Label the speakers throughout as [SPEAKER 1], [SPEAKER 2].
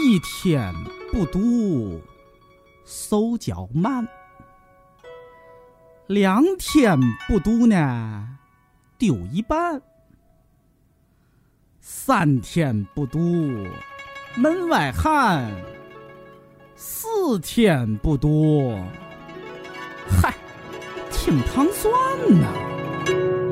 [SPEAKER 1] 一天不读，手脚慢；两天不读呢，丢一半；三天不读，门外汉；四天不读，嗨，挺糖蒜呐、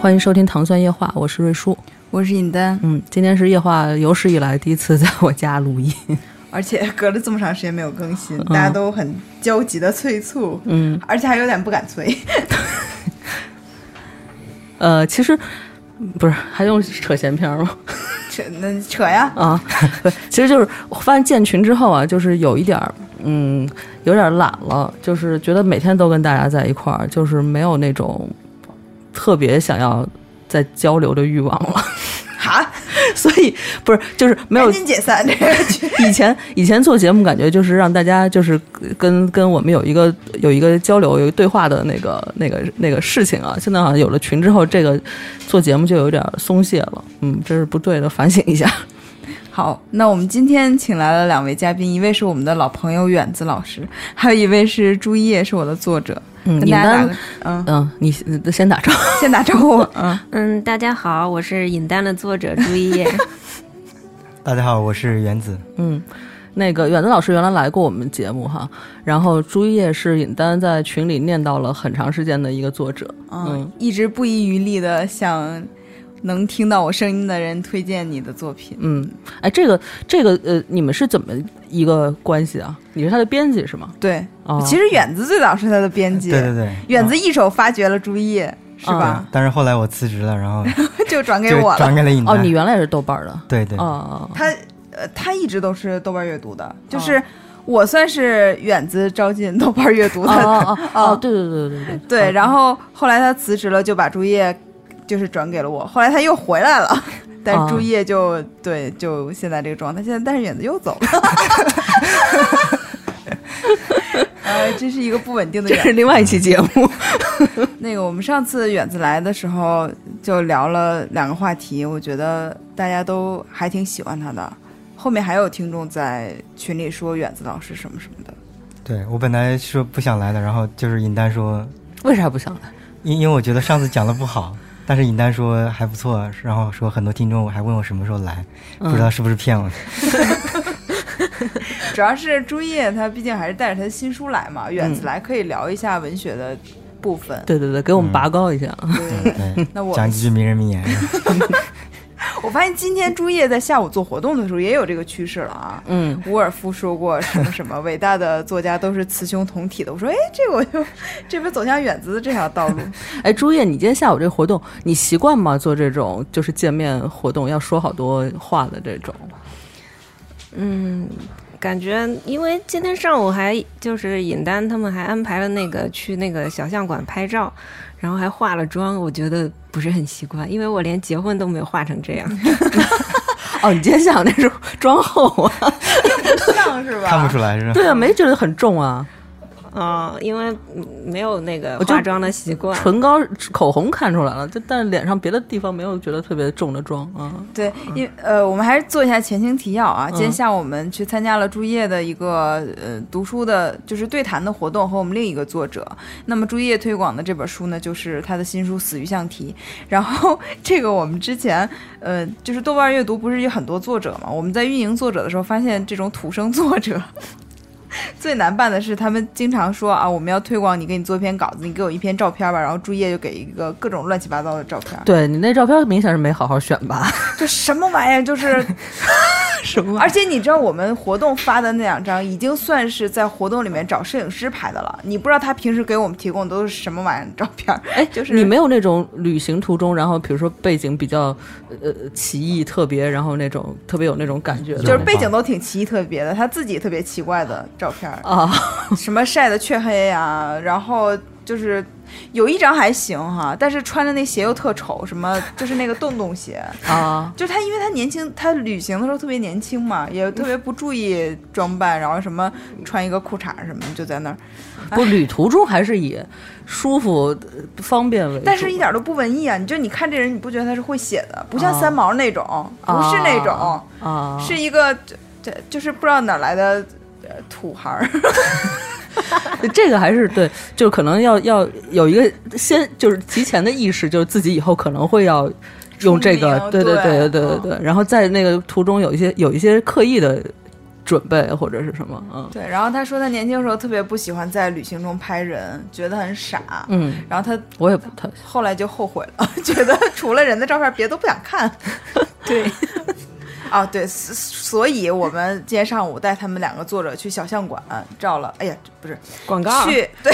[SPEAKER 2] 欢迎收听《糖蒜夜话》，我是瑞舒。
[SPEAKER 3] 我是尹丹，
[SPEAKER 2] 嗯，今天是夜话有史以来第一次在我家录音。
[SPEAKER 3] 而且隔了这么长时间没有更新，
[SPEAKER 2] 嗯
[SPEAKER 3] 大家都很焦急的催促，嗯，而且还有点不敢催，
[SPEAKER 2] 呃，其实嗯不是还用扯闲篇儿吗？
[SPEAKER 3] 扯那扯呀，
[SPEAKER 2] 啊，不，其实就是我发现建群之后啊，就是有一点儿，嗯，有点儿懒了，就是觉得每天都跟大家在一块儿，就是没有那种特别想要再交流的欲望了。
[SPEAKER 3] 哈，
[SPEAKER 2] 所以不是就是没有
[SPEAKER 3] 赶紧解 散这个群，
[SPEAKER 2] 以前以前做节目，感觉就是让大家就是跟跟我们有一个有一个交流、有一个对话的那个那个那个事情啊。现在好像有了群之后，这个做节目就有点松懈了。嗯，这是不对的，反省一下。
[SPEAKER 3] 好，那我们今天请来了两位嘉宾，一位是我们的老朋友远子老师，还有一位是朱叶，是我的作者，
[SPEAKER 2] 嗯，
[SPEAKER 3] 跟
[SPEAKER 2] 你
[SPEAKER 3] 大家打
[SPEAKER 2] 们
[SPEAKER 3] 个嗯，
[SPEAKER 2] 嗯，你先先打招呼。
[SPEAKER 3] 先打招呼，嗯，
[SPEAKER 4] 嗯，大家好，我是尹丹的作者朱一 叶。
[SPEAKER 5] 大家好，我是原子。
[SPEAKER 2] 嗯，那个远子老师原来来过我们节目哈，然后朱叶是尹丹在群里念叨了很长时间的一个作者。嗯
[SPEAKER 3] 嗯，一直不遗余力的向能听到我声音的人推荐你的作品，
[SPEAKER 2] 嗯，哎，这个这个呃，你们是怎么一个关系啊？你是他的编辑是吗？
[SPEAKER 3] 对，
[SPEAKER 2] 哦
[SPEAKER 3] 其实远子最早是他的编辑，
[SPEAKER 5] 对对对，
[SPEAKER 3] 远子
[SPEAKER 5] 啊
[SPEAKER 3] 一手发掘了朱叶，是
[SPEAKER 2] 嗯
[SPEAKER 3] 吧？
[SPEAKER 5] 但是后来我辞职了，然后
[SPEAKER 3] 就转给
[SPEAKER 5] 就
[SPEAKER 3] 我了
[SPEAKER 5] 转。给了尹
[SPEAKER 2] 哦，
[SPEAKER 5] 丹。
[SPEAKER 2] 你原来也是豆瓣儿的。
[SPEAKER 5] 对 对，
[SPEAKER 2] 哦，
[SPEAKER 3] 他呃，他一直都是豆瓣阅读的，就是我算是远子招进豆瓣阅读
[SPEAKER 2] 哦
[SPEAKER 3] 的，
[SPEAKER 2] 哦哦
[SPEAKER 3] 哦
[SPEAKER 2] 哦，对对对对对
[SPEAKER 3] 对。
[SPEAKER 2] 哦
[SPEAKER 3] 然后后来他辞职了，就把朱叶就是转给了我。后来他又回来了，但
[SPEAKER 2] 哦
[SPEAKER 3] 是朱叶就、对，就现在这个状态。现在但是远子又走了。 呃，这是一个不稳定的
[SPEAKER 2] 这
[SPEAKER 3] 远
[SPEAKER 2] 是另外一期节目。
[SPEAKER 3] 那个，我们上次远子来的时候就聊了两个话题，我觉得大家都还挺喜欢他的。后面还有听众在群里说远子老师什么什么的，
[SPEAKER 5] 对我本来说不想来的，然后就是尹丹说，
[SPEAKER 2] 为啥不想啊来？
[SPEAKER 5] 因因为我觉得上次讲的不好，但是尹丹说还不错，然后说很多听众还问我什么时候来，不知道是不是骗我。
[SPEAKER 3] 主要是朱叶他毕竟还是带着他的新书来嘛，远子来可以聊一下文学的部分。
[SPEAKER 2] 对对对，给我们拔高一下。啊
[SPEAKER 3] 对，
[SPEAKER 5] 对，
[SPEAKER 3] 那我
[SPEAKER 5] 嗯讲几句名人名言。
[SPEAKER 3] 我发现今天朱叶在下午做活动的时候也有这个趋势了啊。
[SPEAKER 2] 嗯，
[SPEAKER 3] 伍尔夫说过什么什么伟大的作家都是雌雄同体的，我说哎，这个我就这不是走向远子的这条道 路。
[SPEAKER 2] 哎，朱叶，你今天下午这活动，你习惯吗？做这种就是见面活动要说好多话的这种？
[SPEAKER 4] 嗯，感觉因为今天上午还就是尹丹他们还安排了那个去那个小相馆拍照，然后还化了妆，我觉得不是很习惯，因为我连结婚都没有化成这样。
[SPEAKER 2] 哦，你今天下午那是 妆后啊？
[SPEAKER 3] 像是吧？
[SPEAKER 5] 看不出来是吧？
[SPEAKER 2] 对啊，没觉得很重啊，
[SPEAKER 4] 啊、因为嗯没有那个
[SPEAKER 2] 我就
[SPEAKER 4] 化妆的习惯。
[SPEAKER 2] 唇膏、口红看出来了，就但是脸上别的地方没有觉得特别重的妆啊。
[SPEAKER 3] 对，因呃，我们还是做一下前情提要啊。今天
[SPEAKER 2] 嗯
[SPEAKER 3] 下午我们去参加了朱叶的一个呃读书的，就是对谈的活动和我们另一个作者。那么朱叶推广的这本书呢，就是他的新书《死鱼象题》。然后这个我们之前呃，就是豆瓣阅读不是有很多作者嘛？我们在运营作者的时候发现，这种土生作者 最难办的是，他们经常说啊，我们要推广你，给你做一篇稿子，你给我一篇照片吧。然后朱叶就给一个各种乱七八糟的照片，
[SPEAKER 2] 对你那照片明显是没好好选吧？
[SPEAKER 3] 就什么玩意儿，就是
[SPEAKER 2] 什么
[SPEAKER 3] 而且你知道我们活动发的那两张，已经算是在活动里面找摄影师拍的了。你不知道他平时给我们提供的都是什么玩意儿的照片儿，
[SPEAKER 2] 哎，
[SPEAKER 3] 就是
[SPEAKER 2] 你没有那种旅行途中，然后比如说背景比较呃奇异特别，然后那种特别有那种感觉的，
[SPEAKER 3] 就是背景都挺奇异特别的，他自己特别奇怪的照片儿，
[SPEAKER 2] 啊，
[SPEAKER 3] 什么晒的雀黑啊，然后就是有一张还行哈，但是穿着那鞋又特丑，什么就是那个洞洞鞋，
[SPEAKER 2] 啊，
[SPEAKER 3] 就是他，因为他年轻，他旅行的时候特别年轻嘛，也特别不注意装扮，然后什么穿一个裤衩什么就在那儿，
[SPEAKER 2] 不，旅途中还是以舒服、呃方便为主。
[SPEAKER 3] 但是一点都不文艺啊！你就你看这人，你不觉得他是会写的，不像三毛那种，不是那种，
[SPEAKER 2] 啊，
[SPEAKER 3] 是一个这这就是不知道哪来的呃土孩儿。
[SPEAKER 2] 这个还是对，就是可能要要有一个先就是提前的意识，就是自己以后可能会要用这个
[SPEAKER 3] 出，名
[SPEAKER 2] 对对对对
[SPEAKER 3] 对嗯
[SPEAKER 2] 对对对。然后在那个途中有一些有一些刻意的准备或者是什么，嗯
[SPEAKER 3] 对，然后他说他年轻的时候特别不喜欢在旅行中拍人，觉得很傻。
[SPEAKER 2] 嗯，
[SPEAKER 3] 然后他
[SPEAKER 2] 我也不太
[SPEAKER 3] 后来就后悔了， 觉得除了人的照片，别都不想 看。
[SPEAKER 4] 对，
[SPEAKER 3] 啊，对，所所以我们今天上午带他们两个作者去小象馆照了，哎呀，不是
[SPEAKER 4] 广
[SPEAKER 2] 啊
[SPEAKER 4] 告
[SPEAKER 3] 去对，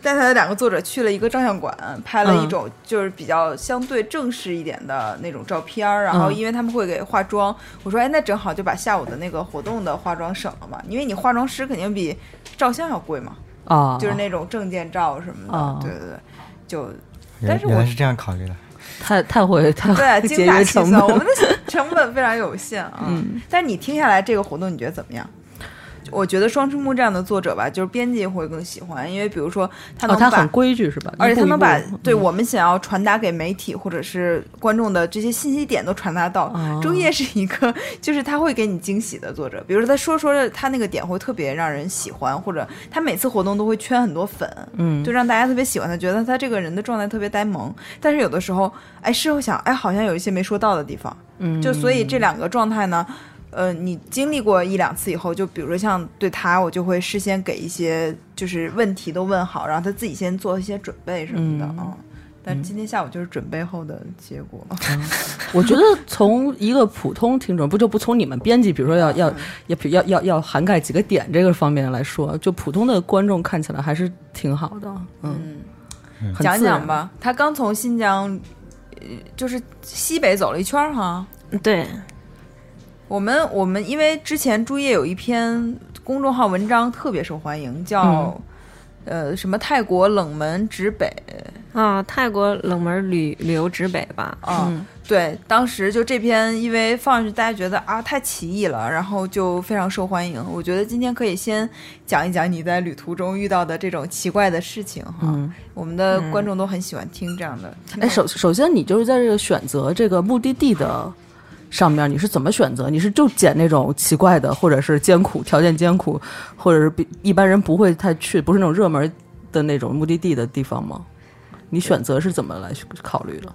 [SPEAKER 3] 带他们两个作者去了一个照相馆，拍了一
[SPEAKER 2] 嗯
[SPEAKER 3] 种就是比较相对正式一点的那种照片儿。然后
[SPEAKER 2] 嗯
[SPEAKER 3] 因为他们会给化妆，我说哎，那正好就把下午的那个活动的化妆省了嘛，因为你化妆师肯定比照相要贵嘛，
[SPEAKER 2] 啊，
[SPEAKER 3] 就是那种证件照什么的，
[SPEAKER 2] 啊
[SPEAKER 3] 对对对， 就但
[SPEAKER 5] 原
[SPEAKER 3] 是我
[SPEAKER 5] 原来是这样考虑的。
[SPEAKER 2] 太太会太会
[SPEAKER 3] 对，啊
[SPEAKER 2] 节
[SPEAKER 3] 精打
[SPEAKER 2] 约
[SPEAKER 3] 细算
[SPEAKER 2] 成，本，嗯
[SPEAKER 3] 我们的成本非常有限啊。但是你听下来这个活动，你觉得怎么样？我觉得双之木这样的作者吧，就是编辑会更喜欢，因为比如说他
[SPEAKER 2] 哦，
[SPEAKER 3] 能
[SPEAKER 2] 他
[SPEAKER 3] 把，
[SPEAKER 2] 很规矩是吧？
[SPEAKER 3] 而且他
[SPEAKER 2] 一步一
[SPEAKER 3] 能
[SPEAKER 2] 步嗯
[SPEAKER 3] 把对我们想要传达给媒体或者是观众的这些信息点都传达到。
[SPEAKER 2] 哦
[SPEAKER 3] 周烨是一个， 就是他会给你惊喜的作者。比如说他说说着他那个点会特别让人喜欢，或者他每次活动都会圈很多粉，
[SPEAKER 2] 嗯
[SPEAKER 3] 就让大家特别喜欢他，觉得他这个人的状态特别呆萌。但是有的时候，哎，事后想，哎，好像有一些没说到的地方，
[SPEAKER 2] 嗯
[SPEAKER 3] 就所以这两个状态呢，呃，你经历过一两次以后，就比如说像对他，我就会事先给一些就是问题都问好，然后他自己先做一些准备什么的
[SPEAKER 2] 嗯
[SPEAKER 3] 啊。但今天下午就是准备后的结果，
[SPEAKER 2] 我觉得从一个普通听众，不就不从你们编辑，比如说要
[SPEAKER 3] 嗯
[SPEAKER 2] 要要要要要涵盖几个点这个方面来说，就普通的观众看起来还是挺好的，嗯，
[SPEAKER 3] 嗯，
[SPEAKER 2] 很
[SPEAKER 3] 讲
[SPEAKER 2] 自然
[SPEAKER 3] 讲。吧。他刚从新疆，呃就是西北走了一圈儿哈。
[SPEAKER 4] 对，
[SPEAKER 3] 我们我们因为之前朱叶有一篇公众号文章特别受欢迎，
[SPEAKER 2] 嗯
[SPEAKER 3] 叫、呃什么泰国冷门指北
[SPEAKER 4] 啊，泰国冷门旅旅游指北吧，
[SPEAKER 3] 啊、
[SPEAKER 2] 嗯
[SPEAKER 3] 对，当时就这篇因为放上去，大家觉得啊太奇异了，然后就非常受欢迎。我觉得今天可以先讲一讲你在旅途中遇到的这种奇怪的事情哈，
[SPEAKER 2] 嗯，
[SPEAKER 3] 我们的观众都很喜欢听这样的。
[SPEAKER 2] 哎，首首先你就是在这个选择这个目的地的上面，你是怎么选择？你是就捡那种奇怪的，或者是艰苦条件艰苦，或者是比一般人不会太去，不是那种热门的那种目的地的地方吗？你选择是怎么来考虑的？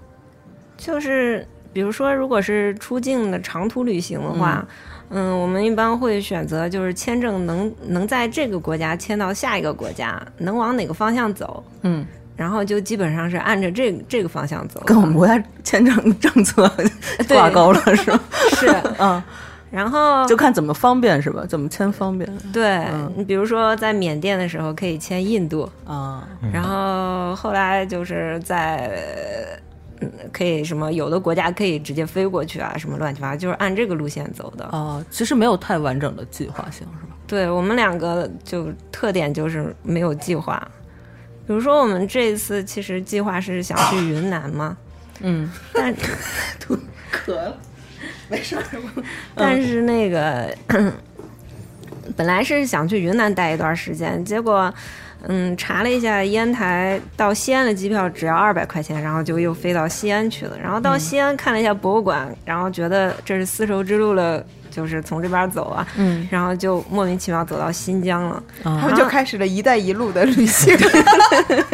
[SPEAKER 4] 就是比如说，如果是出境的长途旅行的话，嗯我们一般会选择就是签证能能在这个国家签到下一个国家，能往哪个方向走，
[SPEAKER 2] 嗯，
[SPEAKER 4] 然后就基本上是按着这个这个方向走的，
[SPEAKER 2] 跟我们国家签证政策
[SPEAKER 4] 对
[SPEAKER 2] 挂钩了是吧？
[SPEAKER 4] 是，
[SPEAKER 2] 嗯，
[SPEAKER 4] 然后
[SPEAKER 2] 就看怎么方便是吧？怎么签方便
[SPEAKER 4] 对
[SPEAKER 2] 嗯，
[SPEAKER 4] 你比如说在缅甸的时候可以签印度，
[SPEAKER 2] 啊？
[SPEAKER 4] 然后后来就是在。嗯，可以什么？有的国家可以直接飞过去啊，什么乱七八糟，就是按这个路线走的。
[SPEAKER 2] 哦，其实没有太完整的计划性是吧？
[SPEAKER 4] 对我们两个就特点就是没有计划。比如说，我们这一次其实计划是想去云南嘛，
[SPEAKER 2] 嗯，
[SPEAKER 4] 但 但是那个本来是想去云南待一段时间，结果嗯查了一下，烟台到西安的机票只要二百块钱，然后就又飞到西安去了。然后到西安看了一下博物馆，然后觉得这是丝绸之路了，就是从这边走啊，
[SPEAKER 2] 嗯，
[SPEAKER 4] 然后就莫名其妙走到新疆了。
[SPEAKER 2] 啊
[SPEAKER 3] 他们就开始了一带一路的旅 行，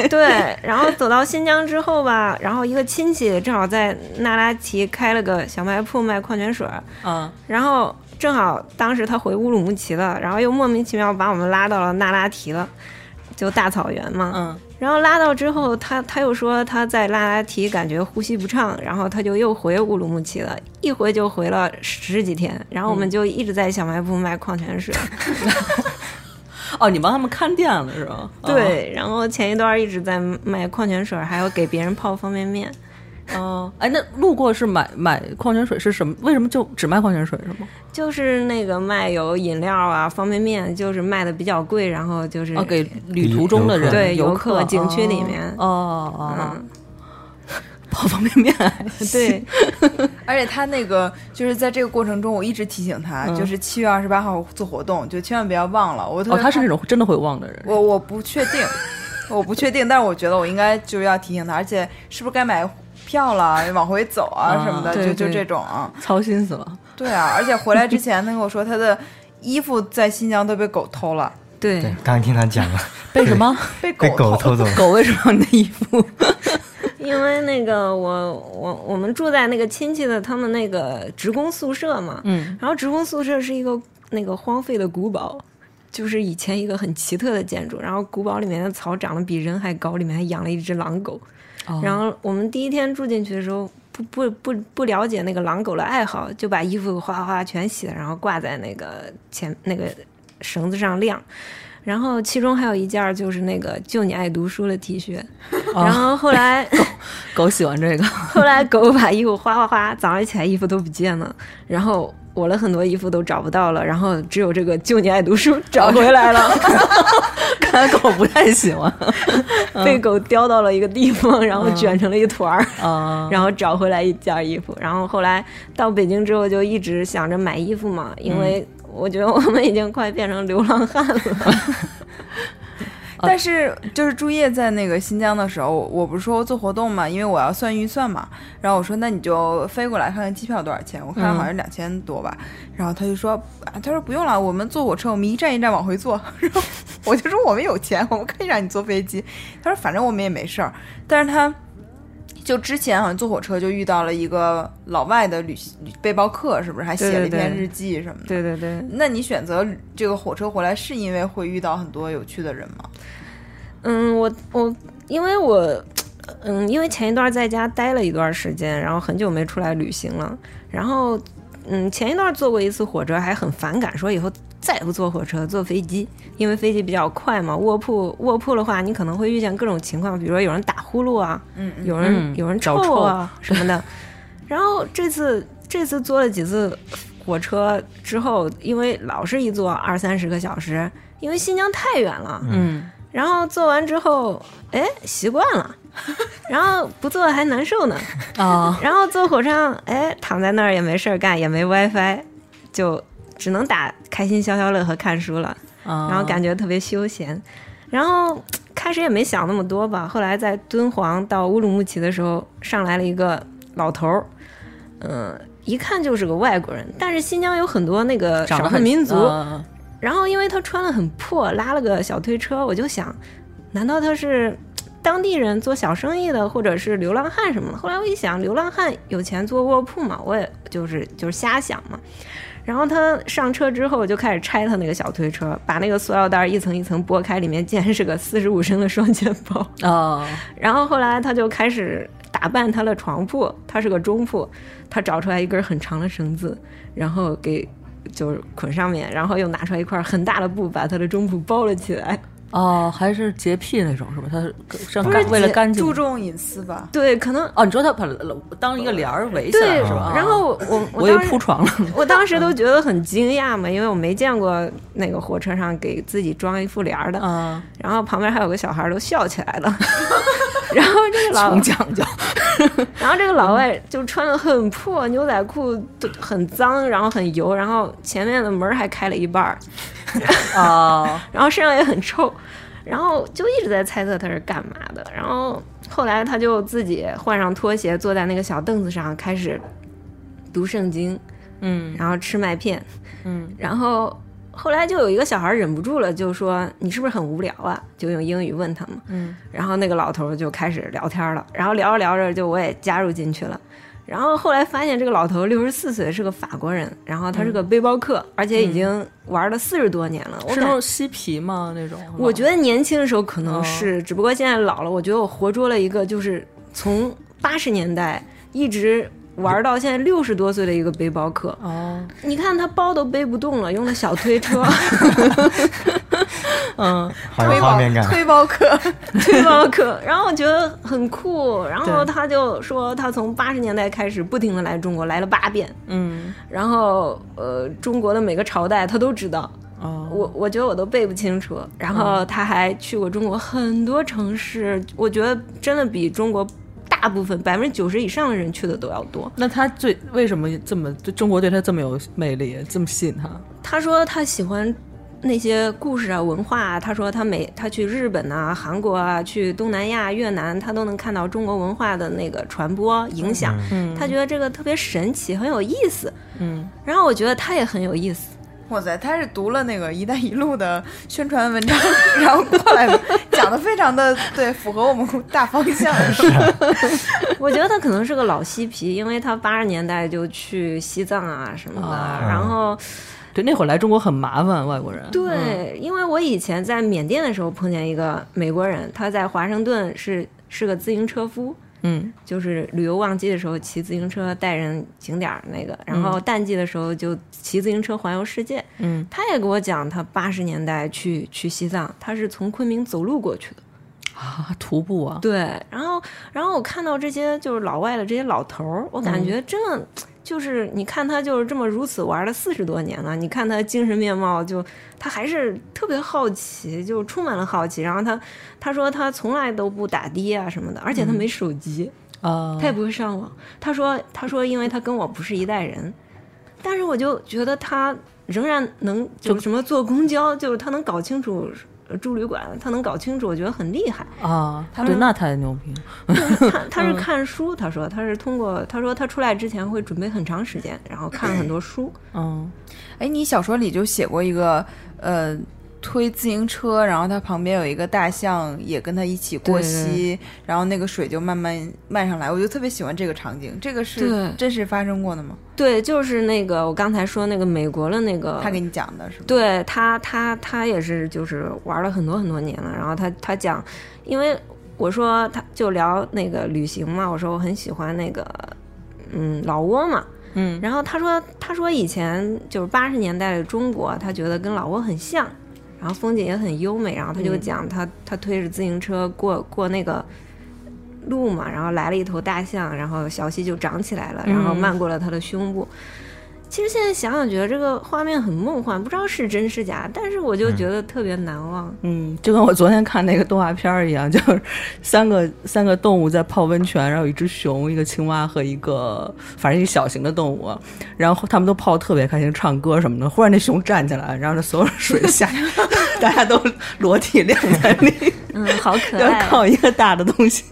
[SPEAKER 4] 对，然后走到新疆之后吧，然后一个亲戚正好在那拉提开了个小卖铺卖矿泉水儿，
[SPEAKER 3] 嗯
[SPEAKER 2] 啊，
[SPEAKER 4] 然后正好当时他回乌鲁木齐了，然后又莫名其妙把我们拉到了那拉提了， 就大草原嘛。
[SPEAKER 2] 嗯
[SPEAKER 4] 然后拉到之后，他他又说他在那拉提感觉呼吸不畅，然后他就又回乌鲁木齐了，一回就回了十几天。然后我们就一直在小卖部卖矿泉水，
[SPEAKER 2] 哦，你帮他们看店了是吧？
[SPEAKER 4] 对，然后前一段一直在卖矿泉水，还有给别人泡方便面。
[SPEAKER 2] 哦，哎，那路过是买买矿泉水是什么？为什么就只卖矿泉水是吗？
[SPEAKER 4] 就是那个卖有饮料啊、方便面，就是卖的比较贵，然后就是、
[SPEAKER 2] 哦，给旅途中的人，
[SPEAKER 4] 对
[SPEAKER 2] 游
[SPEAKER 4] 嗯客景区里面
[SPEAKER 2] 哦哦哦，
[SPEAKER 4] 嗯，
[SPEAKER 2] 泡 方便面，
[SPEAKER 4] 对，
[SPEAKER 3] 而且他那个就是在这个过程中，我一直提醒他，
[SPEAKER 2] 嗯
[SPEAKER 3] 就是七月二十八号做活动，就千万不要忘了。我特
[SPEAKER 2] 哦，
[SPEAKER 3] 别
[SPEAKER 2] 他是
[SPEAKER 3] 怕
[SPEAKER 2] 那种真的会忘的人，
[SPEAKER 3] 我我不确定，我不确定，但是我觉得我应该就是要提醒他，而且是不是该买票了，往回走啊
[SPEAKER 2] 啊
[SPEAKER 3] 什么的，
[SPEAKER 4] 对
[SPEAKER 3] 就就
[SPEAKER 4] 对
[SPEAKER 3] 这种啊。
[SPEAKER 2] 操心死 了。
[SPEAKER 3] 对啊，而且回来之前，他跟我说他的衣服在新疆都被狗偷了，
[SPEAKER 4] 对
[SPEAKER 5] 对，刚才听他讲了，
[SPEAKER 2] 被什么？
[SPEAKER 3] 被
[SPEAKER 5] 被
[SPEAKER 3] 偷
[SPEAKER 5] 狗偷走 了。
[SPEAKER 2] 狗为什么要你的衣服？
[SPEAKER 4] 因为那个我我我们住在那个亲戚的他们那个职工宿舍嘛，
[SPEAKER 2] 嗯，
[SPEAKER 4] 然后职工宿舍是一个那个荒废的古堡，就是以前一个很奇特的建筑。然后古堡里面的草长得比人还高，里面还养了一只狼狗。
[SPEAKER 2] 哦
[SPEAKER 4] 然后我们第一天住进去的时候，不不不不了解那个狼狗的爱好，就把衣服哗哗哗全洗了，然后挂在那个前那个绳子上晾。然后其中还有一件儿就是那个“就你爱读书”的 T 恤，
[SPEAKER 2] 哦
[SPEAKER 4] 然后后来
[SPEAKER 2] 狗喜欢这个，
[SPEAKER 4] 后来狗把衣服哗哗哗，早上起来衣服都不见了，然后我了很多衣服都找不到了，然后只有这个“就你爱读书”找回来了，
[SPEAKER 2] 看来狗不太喜 欢
[SPEAKER 4] 被狗叼到了一个地方，然后卷成了一团儿，
[SPEAKER 2] 啊。
[SPEAKER 4] 然后找回来一件衣服，然后后来到北京之后就一直想着买衣服嘛，因为我觉得我们已经快变成流浪汉了，
[SPEAKER 3] 但是就是朱叶在那个新疆的时候，我我不是说做活动嘛，因为我要算预算嘛。然后我说那你就飞过来看看机票多少钱，我看好像
[SPEAKER 4] 嗯
[SPEAKER 3] 两千多吧。然后他就说，啊他说不用了，我们坐火车，我们一站一站往回坐。 然后我就说我们有钱，我们可以让你坐飞机。他说反正我们也没事儿。但是他就之前好像坐火车就遇到了一个老外的旅行背包客，是不是还写了一
[SPEAKER 4] 对对
[SPEAKER 3] 篇
[SPEAKER 4] 对
[SPEAKER 3] 日记什么的？
[SPEAKER 4] 对对对。
[SPEAKER 3] 那你选择这个火车回来，是因为会遇到很多有趣的人吗？
[SPEAKER 4] 嗯，我我因为我嗯，因为前一段在家待了一段时间，然后很久没出来旅行了，然后嗯，前一段坐过一次火车，还很反感，说以后再也不坐火车，坐飞机，因为飞机比较快嘛。卧铺卧铺的话，你可能会遇见各种情况，比如说有人打呼噜啊，
[SPEAKER 3] 嗯嗯。
[SPEAKER 4] 有人、
[SPEAKER 2] 嗯
[SPEAKER 4] 有人
[SPEAKER 2] 脚
[SPEAKER 4] 臭啊什么的。然后这次这次坐了几次火车之后，因为老是一坐二三十个小时，因为新疆太远了，
[SPEAKER 2] 嗯，
[SPEAKER 4] 然后做完之后，哎，习惯 了，然后不做还难受呢。
[SPEAKER 2] 啊，
[SPEAKER 4] 然后坐火车上，哎，躺在那儿也没事儿干，也没 WiFi，就只能打开心消消乐和看书了，
[SPEAKER 2] 然
[SPEAKER 4] 然后感觉特别休闲。然后开始也没想那么多吧，后来在敦煌到乌鲁木齐的时候，上来了一个老头儿，嗯、一看就是个外国人，但是新疆有很多那个
[SPEAKER 2] 长
[SPEAKER 4] 少
[SPEAKER 2] 得
[SPEAKER 4] 数
[SPEAKER 2] 很
[SPEAKER 4] 民族，
[SPEAKER 2] 啊
[SPEAKER 4] 然后因为他穿的很破，拉了个小推车，我就想，难道他是嘖当地人做小生意的，或者是流浪汉什么的？后来我一想，流浪汉有钱做卧铺嘛，我也就是 就是瞎想嘛。然后他上车之后，我就开始拆他那个小推车，把那个塑料袋一层一层剥开，里面竟然是个四十五升的双肩包。
[SPEAKER 2] 啊，
[SPEAKER 4] 然后后来他就开始打扮他的床铺，他是个中铺，他找出来一根很长的绳子，然后给就是捆上面，然后又拿出来一块很大的布把他的中铺包了起来。
[SPEAKER 2] 哦，还是洁癖那种是吧？他是像
[SPEAKER 5] 不是
[SPEAKER 2] 为了干净
[SPEAKER 3] 注重隐私吧。
[SPEAKER 4] 对，可能
[SPEAKER 2] 哦，你说他把当一个帘儿围起来
[SPEAKER 4] 对，
[SPEAKER 2] 是吧？啊
[SPEAKER 4] 然后我我
[SPEAKER 2] 我
[SPEAKER 4] 我
[SPEAKER 2] 以
[SPEAKER 4] 当
[SPEAKER 2] 为
[SPEAKER 4] 时
[SPEAKER 2] 铺床了，
[SPEAKER 4] 我当时都觉得很惊讶嘛，因为我没见过那个火车上给自己装一副帘儿 的，
[SPEAKER 2] 啊，
[SPEAKER 4] 然后旁边还有个小孩儿都笑起来 了。然后这个老
[SPEAKER 2] 挺讲究，
[SPEAKER 4] 然后这个老外就穿的很破，牛仔裤都很脏，然后很油，然后前面的门还开了一半儿，
[SPEAKER 2] 啊，
[SPEAKER 4] 然后身上也很臭，然后就一直在猜测他是干嘛的。然后后来他就自己换上拖鞋，坐在那个小凳子上开始读圣经，
[SPEAKER 2] 嗯
[SPEAKER 4] 然后吃麦片，
[SPEAKER 2] 嗯，
[SPEAKER 4] 然后后来就有一个小孩忍不住了，就说：“你是不是很无聊啊？”就用英语问他嘛。
[SPEAKER 2] 嗯。
[SPEAKER 4] 然后那个老头就开始聊天了，然后聊着聊着就我也加入进去了。然后后来发现这个老头六十四岁，是个法国人，然后他是个背包客，而且已经玩了四十多年了。
[SPEAKER 2] 嗯
[SPEAKER 4] 我
[SPEAKER 2] 是
[SPEAKER 4] 感
[SPEAKER 2] 那种嬉皮吗？那种？
[SPEAKER 4] 我觉得年轻的时候可能是，只不过现在老了，我觉得我活捉了一个就是从八十年代一直玩到现在六十多岁的一个背包客。
[SPEAKER 2] 哦，
[SPEAKER 4] 你看他包都背不动了，用的小推车。
[SPEAKER 2] 嗯，
[SPEAKER 5] 好有
[SPEAKER 3] 推
[SPEAKER 5] 画
[SPEAKER 3] 包
[SPEAKER 5] 面感。
[SPEAKER 3] 推包客，
[SPEAKER 4] 推包客，然后我觉得很酷，然后
[SPEAKER 2] 对
[SPEAKER 4] 他就说他从八十年代开始不停的来中国，来了八遍，
[SPEAKER 2] 嗯，
[SPEAKER 4] 然后呃中国的每个朝代他都知道，
[SPEAKER 2] 哦，
[SPEAKER 4] 我我觉得我都背不清楚。然后他还去过中国很多城市，我觉得真的比中国大部分百分之九十以上的人去的都要多。
[SPEAKER 2] 那他最为什么这么对中国对他这么有魅力，这么吸引他？
[SPEAKER 4] 他说他喜欢那些故事啊、文化啊。他说他每他去日本啊、韩国啊、去东南亚、越南，他都能看到中国文化的那个传播影响。
[SPEAKER 2] 嗯
[SPEAKER 4] 他觉得这个特别神奇，很有意思。
[SPEAKER 2] 嗯，
[SPEAKER 4] 然后我觉得他也很有意 思。
[SPEAKER 3] 哇塞，他是读了那个“一带一路”的宣传文章， 然后过来的，讲的非常的对，符合我们大方向。
[SPEAKER 4] 我觉得他可能是个老嬉皮，因为他八十年代就去西藏啊什么的，
[SPEAKER 2] 啊
[SPEAKER 4] 然后。
[SPEAKER 2] 对，那会儿来中国很麻烦，外国人。
[SPEAKER 4] 对，因为我以前在缅甸的时候碰见一个美国人，他在华盛顿是是个自行车夫，
[SPEAKER 2] 嗯，
[SPEAKER 4] 就是旅游旺季的时候骑自行车带人景点儿那个，然后淡季的时候就骑自行车环游世界。
[SPEAKER 2] 嗯，
[SPEAKER 4] 他也给我讲，他八十年代去去西藏，他是从昆明走路过去的。
[SPEAKER 2] 啊，徒步啊，
[SPEAKER 4] 对，然后然后我看到这些就是老外的这些老头儿，我感觉真的。就是你看他就是这么如此玩了四十多年了，你看他精神面貌就，他还是特别好奇，就充满了好奇。然后他他说他从来都不打的啊什么的，而且他没手机，
[SPEAKER 2] 啊，
[SPEAKER 3] 嗯
[SPEAKER 4] 他也不会上网。他说，他说，因为他跟我不是一代人，但是我就觉得他仍然能就什么坐公交，就是他能搞清楚呃住旅馆，他能搞清楚，我觉得很厉害。
[SPEAKER 2] 啊，对，那太牛逼了。
[SPEAKER 4] 他他
[SPEAKER 3] 嗯
[SPEAKER 4] 是看书，他说他是通过，他说他出来之前会准备很长时间，然后看很 多书。
[SPEAKER 2] 嗯，
[SPEAKER 3] 哎，你小说里就写过一个，呃，推自行车，然后它旁边有一个大象也跟它一起过
[SPEAKER 4] 对对
[SPEAKER 3] 溪，然后那个水就慢慢漫上来，我就特别喜欢这个场景。这个是
[SPEAKER 4] 对
[SPEAKER 3] 真实发生过的吗？
[SPEAKER 4] 对，就是那个我刚才说那个美国的那个，
[SPEAKER 3] 他给你讲的是吗？
[SPEAKER 4] 对他，他他也是，就是玩了很多很多年了。然后他他讲，因为我说他就聊那个旅行嘛，我说我很喜欢那个嗯老挝嘛，
[SPEAKER 2] 嗯，
[SPEAKER 4] 然后他说他说以前就是八十年代的中国，他觉得跟老挝很像，然后风景也很优美。然后他就讲他、他推着自行车过过那个。路嘛，然后来了一头大象，然后小溪就长起来了，然后
[SPEAKER 2] 嗯
[SPEAKER 4] 漫过了他的胸部。其实现在想想，觉得这个画面很梦幻，不知道是真是假，但是我就觉得特别难忘。
[SPEAKER 2] 嗯，就跟我昨天看那个动画片儿一样， 就是三个三个动物在泡温泉，然后有一只熊、一个青蛙和一个反正一个小型的动物，然后他们都泡得特别开心，唱歌什么的。忽然那熊站起来，然后那所有水下， 大家都裸体晾在那里，
[SPEAKER 4] 嗯，好可
[SPEAKER 2] 要
[SPEAKER 4] 爱。
[SPEAKER 2] 靠一个大的东西。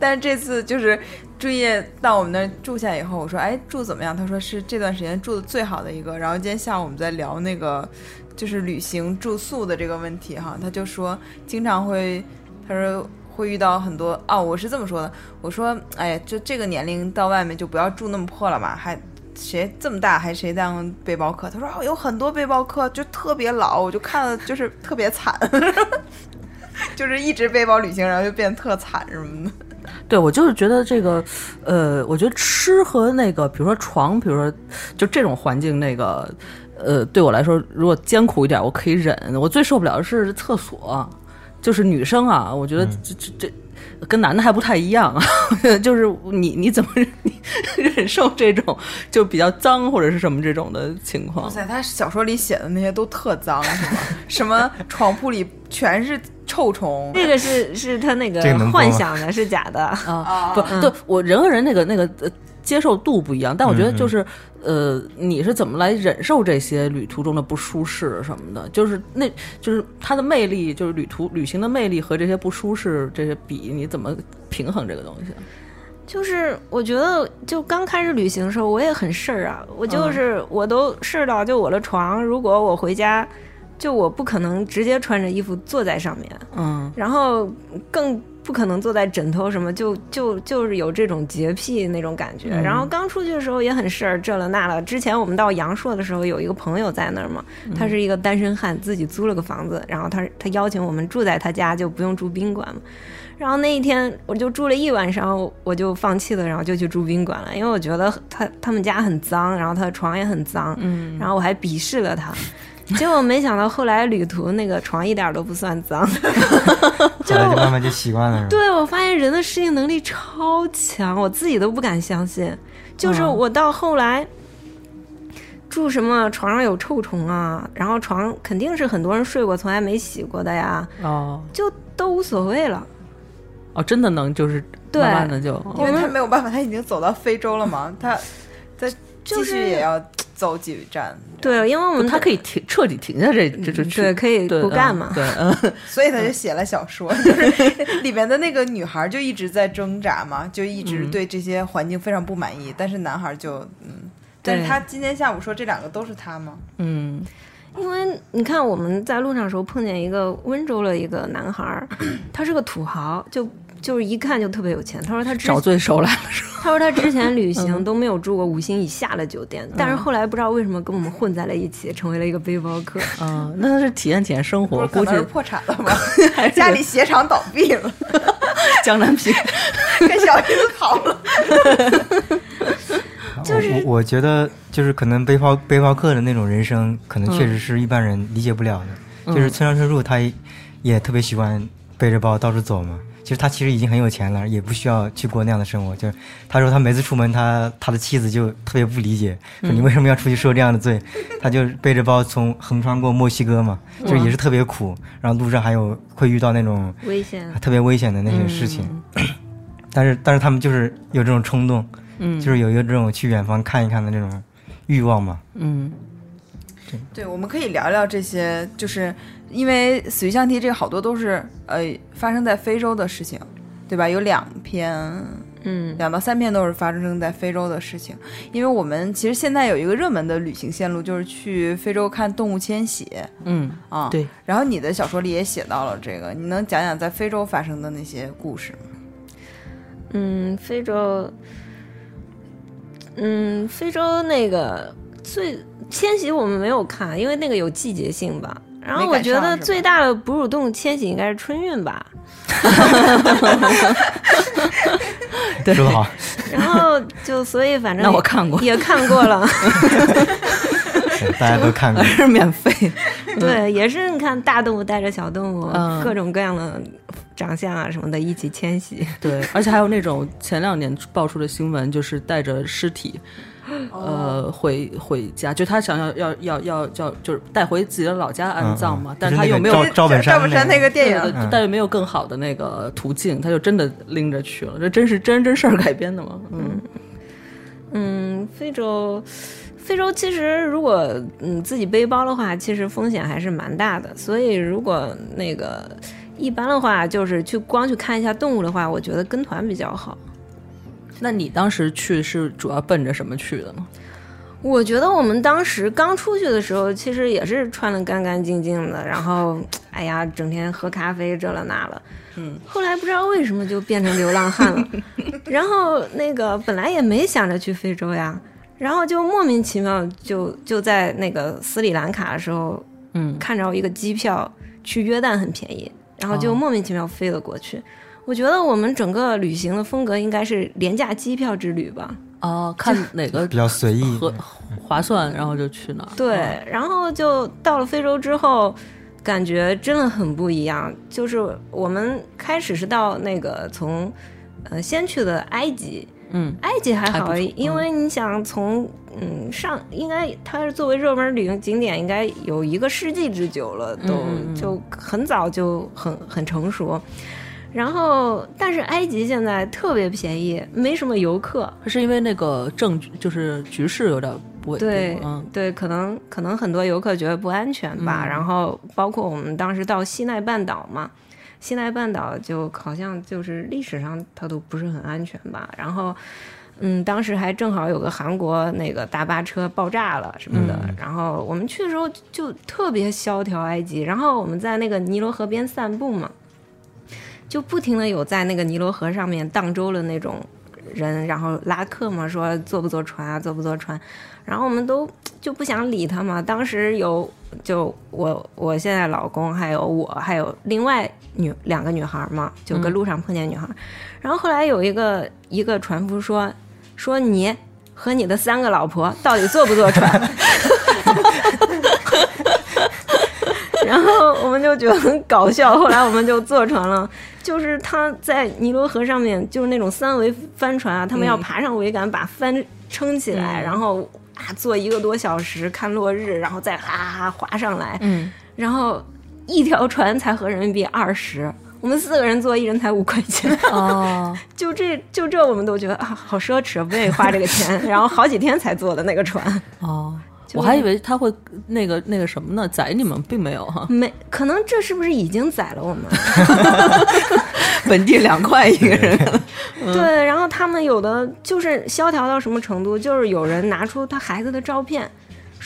[SPEAKER 3] 但是这次就是朱叶到我们那儿住下以后，我说：“哎，住怎么样？”他说是这段时间住的最好的一个。然后今天下午我们在聊那个就是旅行住宿的这个问题哈，他就说经常会，他说。会遇到很多哦，我是这么说的。我说，哎，就这个年龄到外面就不要住那么破了嘛，还谁这么大还谁当背包客？他说、哦、有很多背包客就特别老，我就看了就是特别惨， 就是一直背包旅行，然后就变得特惨什么的。
[SPEAKER 2] 对，我就是觉得这个，呃，我觉得吃和那个，比如说床，比如说就这种环境，那个，呃，对我来说，如果艰苦一点，我可以忍。我最受不了的是厕所，就是女生啊，我觉得这这这。跟男的还不太一样，啊 就是你你怎么 忍你忍受这种就比较脏或者是什么这种的情况
[SPEAKER 3] 哇？塞，他小说里写的那些都特脏，是吗？什么床铺里全是臭虫，
[SPEAKER 4] 这个是是他那个
[SPEAKER 5] 这个能播吗
[SPEAKER 4] 幻想的，是假的。
[SPEAKER 2] 啊，不，
[SPEAKER 4] 嗯
[SPEAKER 2] 对我人和人那个那个呃接受度不一样，但我觉得就是呃，你是怎么来忍受这些旅途中的不舒适什么的？就是那就是它的魅力，就是旅途旅行的魅力和这些不舒适这些比，你怎么平衡这个东西？啊
[SPEAKER 4] 就是我觉得，就刚开始旅行的时候，我也很事儿啊，我就是、我都事儿到，就我的床，如果我回家，就我不可能直接穿着衣服坐在上面，
[SPEAKER 2] 嗯
[SPEAKER 4] 然后更不可能坐在枕头什么，就就就是有这种洁癖那种感觉。
[SPEAKER 2] 嗯
[SPEAKER 4] 然后刚出去的时候也很事儿，这了那了。之前我们到阳朔的时候，有一个朋友在那儿嘛，
[SPEAKER 2] 嗯
[SPEAKER 4] 他是一个单身汉，自己租了个房子，然后他他邀请我们住在他家，就不用住宾馆嘛。然后那一天我就住了一晚上，我就放弃了，然后就去住宾馆了，因为我觉得他他们家很脏，然后他的床也很脏，
[SPEAKER 2] 嗯
[SPEAKER 4] 然后我还鄙视了他。结果没想到后来旅途那个床一点儿都不算脏，
[SPEAKER 5] 后来就慢慢就习惯了，是吧？
[SPEAKER 4] 对，我发现人的适应能力超强，我自己都不敢相信。就是
[SPEAKER 2] 嗯
[SPEAKER 4] 我到后来住什么床上有臭虫啊，然后床肯定是很多人睡过从来没洗过的呀，
[SPEAKER 2] 哦
[SPEAKER 4] 就都无所谓了。
[SPEAKER 2] 哦，真的能就是
[SPEAKER 4] 对
[SPEAKER 2] 慢慢的就
[SPEAKER 3] 因为他没有办法，他已经走到非洲了嘛， 他他继
[SPEAKER 4] 就
[SPEAKER 3] 续
[SPEAKER 4] 是
[SPEAKER 3] 也要走几站，
[SPEAKER 4] 对，因为我们嗯
[SPEAKER 2] 他可以停彻底停下这这这
[SPEAKER 4] 对可以不干嘛。
[SPEAKER 2] 对，嗯
[SPEAKER 3] 所以他就写了小说， 就是里面的那个女孩就一直在挣扎嘛，就一直
[SPEAKER 4] 嗯
[SPEAKER 3] 对这些环境非常不满意，但是男孩就嗯，但是
[SPEAKER 4] 对
[SPEAKER 3] 他今天下午说这两个都是他吗？
[SPEAKER 2] 嗯
[SPEAKER 4] 因为你看我们在路上的时候碰见一个温州的一个男孩儿，他是个土豪，就就是一看就特别有钱。他说他之
[SPEAKER 2] 找最熟来的时候，
[SPEAKER 4] 他说他之前旅行都没有住过五星以下的酒店，但是后来不知道为什么跟我们混在了一起，成为了一个背包客。
[SPEAKER 2] 嗯，那他是体验体验生
[SPEAKER 3] 不
[SPEAKER 2] 活，
[SPEAKER 3] 是，可
[SPEAKER 2] 估
[SPEAKER 3] 能
[SPEAKER 2] 计
[SPEAKER 3] 是破产了吧？家里鞋厂倒闭了，
[SPEAKER 2] 江南皮
[SPEAKER 3] 跟小姨子跑了。
[SPEAKER 5] 我我我觉得就是可能背包背包客的那种人生，可能确实是一般人理解不了的。就是村上春树，他也也特别喜欢背着包到处走嘛。其实他其实已经很有钱了，也不需要去过那样的生活。就是他说他每次出门，他他的妻子就特别不理解，说你为什么要出去受这样的罪？他就背着包从横穿过墨西哥嘛，就是也是特别苦。然后路上还有会遇到那种
[SPEAKER 4] 危险，
[SPEAKER 5] 啊特别危险的那些事情。 但是但是他们就是有这种冲动，嗯，就是有一个这种去远方看一看的这种欲望嘛。
[SPEAKER 2] 嗯
[SPEAKER 3] 对，我们可以聊聊这些，就是因为死鱼象题这个好多都是呃发生在非洲的事情，对吧？有两篇，
[SPEAKER 4] 嗯，
[SPEAKER 3] 两到三篇都是发生在非洲的事情。因为我们其实现在有一个热门的旅行线路，就是去非洲看动物迁徙
[SPEAKER 2] 嗯，
[SPEAKER 3] 啊。
[SPEAKER 2] 对。
[SPEAKER 3] 然后你的小说里也写到了这个，你能讲讲在非洲发生的那些故事吗？
[SPEAKER 4] 嗯，非洲，嗯，非洲那个最迁徙我们没有看，因为那个有季节性吧。然后
[SPEAKER 3] 没
[SPEAKER 4] 我
[SPEAKER 3] 赶
[SPEAKER 4] 觉
[SPEAKER 3] 上
[SPEAKER 4] 得
[SPEAKER 3] 是吧
[SPEAKER 4] 最大的哺乳动物迁徙应该是春运吧。
[SPEAKER 2] 对
[SPEAKER 5] 说得好，
[SPEAKER 4] 然后就所以反正
[SPEAKER 2] 那我看过
[SPEAKER 4] 也看过了。
[SPEAKER 5] 对大家都看过
[SPEAKER 2] 而。是免费，
[SPEAKER 4] 对，也是你看大动物带着小动物，
[SPEAKER 2] 嗯
[SPEAKER 4] 各种各样的长相啊什么的一起迁徙。
[SPEAKER 2] 对，而且还有那种前两年爆出的新闻，就是带着尸体，呃，回回家，就他想要要要要要，就是带回自己的老家安葬嘛，
[SPEAKER 5] 嗯嗯
[SPEAKER 2] 但是他
[SPEAKER 5] 就是那
[SPEAKER 2] 有
[SPEAKER 5] 个
[SPEAKER 2] 没有
[SPEAKER 5] 赵赵本山
[SPEAKER 3] 赵本山
[SPEAKER 5] 那
[SPEAKER 3] 那
[SPEAKER 5] 个
[SPEAKER 3] 个电
[SPEAKER 2] 对
[SPEAKER 3] 影，
[SPEAKER 2] 对但是没有更好的那个途径，他就真的拎着去了，这真是真人真事儿改编的嘛，嗯
[SPEAKER 4] 嗯，非洲，非洲其实如果嗯自己背包的话，其实风险还是蛮大的。所以如果那个一般的话，就是去光去看一下动物的话，我觉得跟团比较好。
[SPEAKER 2] 那你当时去是主要奔着什么去的吗？
[SPEAKER 4] 我觉得我们当时刚出去的时候，其实也是穿的干干净净的，然后哎呀，整天喝咖啡这了那了。嗯，后来不知道为什么就变成流浪汉了，然后那个本来也没想着去非洲呀，然后就莫名其妙就就在那个斯里兰卡的时候，
[SPEAKER 2] 嗯，
[SPEAKER 4] 看着一个机票去约旦很便宜，然后就
[SPEAKER 2] 哦
[SPEAKER 4] 莫名其妙飞了过去。我觉得我们整个旅行的风格应该是廉价机票之旅吧。
[SPEAKER 2] 哦，看哪个
[SPEAKER 5] 比较随意，
[SPEAKER 2] 合划算，然后就去哪儿。哦
[SPEAKER 4] 对，然后就到了非洲之后，感觉真的很不一样。就是我们开始是到那个从，呃，先去的埃及，
[SPEAKER 2] 嗯，
[SPEAKER 4] 埃及还
[SPEAKER 2] 还不
[SPEAKER 4] 好，
[SPEAKER 2] 错
[SPEAKER 4] 因为你想从嗯上，应该它是作为热门旅游景点，应该有一个世纪之久了，都
[SPEAKER 2] 嗯嗯嗯
[SPEAKER 4] 就很早就很很成熟。然后，但是埃及现在特别便宜，没什么游客，
[SPEAKER 2] 嗯，是因为那个政局就是局势有点不稳定，
[SPEAKER 4] 对、
[SPEAKER 2] 嗯
[SPEAKER 4] 对，可能可能很多游客觉得不安全吧。
[SPEAKER 2] 嗯
[SPEAKER 4] 然后包括我们当时到西奈半岛嘛，西奈半岛就好像就是历史上它都不是很安全吧。然后，嗯，当时还正好有个韩国那个大巴车爆炸了什么的。
[SPEAKER 5] 嗯
[SPEAKER 4] 然后我们去的时候就特别萧条埃及，然后我们在那个尼罗河边散步嘛。就不停的有在那个尼罗河上面荡舟的那种人，然后拉客嘛，说坐不坐船啊，坐不坐船，然后我们都就不想理他嘛。当时有就我我现在老公还有我还有另外女两个女孩嘛，就跟路上碰见女孩，然后后来有一个一个船夫说说你和你的三个老婆到底坐不坐船？ 然后我们就觉得很搞笑，后来我们就坐船了。就是他在尼罗河上面，就是那种三维帆船啊，他们要爬上桅杆把帆撑起来，
[SPEAKER 2] 嗯
[SPEAKER 4] 然后啊坐一个多小时看落日，然后再哈哈哈划上来，
[SPEAKER 2] 嗯，
[SPEAKER 4] 然后一条船才合人民币二十。我们四个人坐，一人才五块钱，
[SPEAKER 2] 哦，
[SPEAKER 4] 就这就这，我们都觉得啊，好奢侈，不愿意花这个钱。然后好几天才坐的那个船，
[SPEAKER 2] 哦，
[SPEAKER 4] 就，
[SPEAKER 2] 我还以为他会那个那个什么呢，宰你们，并没有哈
[SPEAKER 4] 没可能这是不是已经宰了我们？
[SPEAKER 2] 本地两块一个 人，嗯
[SPEAKER 4] 对，然后他们有的就是萧条到什么程度，就是有人拿出他孩子的照片，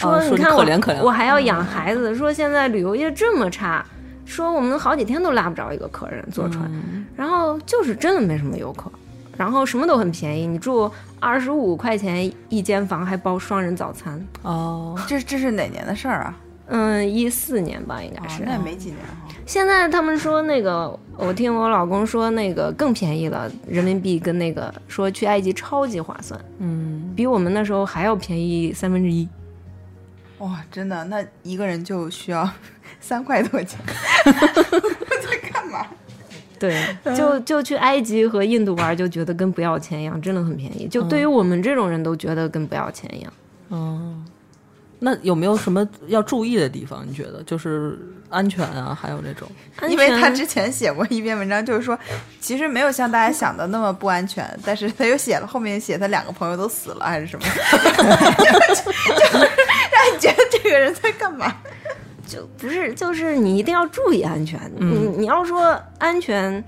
[SPEAKER 2] 哦说
[SPEAKER 4] 你
[SPEAKER 2] 你
[SPEAKER 4] 看
[SPEAKER 2] 可
[SPEAKER 4] 我
[SPEAKER 2] 怜可怜嗯
[SPEAKER 4] 我还要养孩子，说现在旅游业这么差，说我们好几天都拉不着一个客人坐船，
[SPEAKER 2] 嗯
[SPEAKER 4] 然后就是真的没什么游客。然后什么都很便宜，你住二十五块钱一间房，还包双人早餐。
[SPEAKER 2] 哦，
[SPEAKER 3] 这这是哪年的事儿啊？
[SPEAKER 4] 嗯，一四年吧，应该
[SPEAKER 3] 哦
[SPEAKER 4] 是。啊
[SPEAKER 3] 那也没几年哈。
[SPEAKER 4] 现在他们说那个，我听我老公说那个更便宜了，人民币跟那个说去埃及超级划算，
[SPEAKER 2] 嗯，
[SPEAKER 4] 比我们那时候还要便宜三分之一。
[SPEAKER 3] 哇，真的，那一个人就需要 三块多钱。在干嘛？
[SPEAKER 4] 对，就就去埃及和印度玩，就觉得跟不要钱一样，真的很便宜。就对
[SPEAKER 3] 嗯
[SPEAKER 4] 于我们这种人都觉得跟不要钱一样。
[SPEAKER 2] 哦，那有没有什么要注意的地方？你觉得就是安全啊，还有这种，
[SPEAKER 4] 安
[SPEAKER 3] 因为他
[SPEAKER 4] 全
[SPEAKER 3] 之前写过一篇文章，就是说，其实没有像大家想的那么不安全，但是他又写了后面写他两个朋友都死了还是什么，就是让你觉得这个人在干嘛？
[SPEAKER 4] 就不是，就是你一定要注意安全。你你要说安全，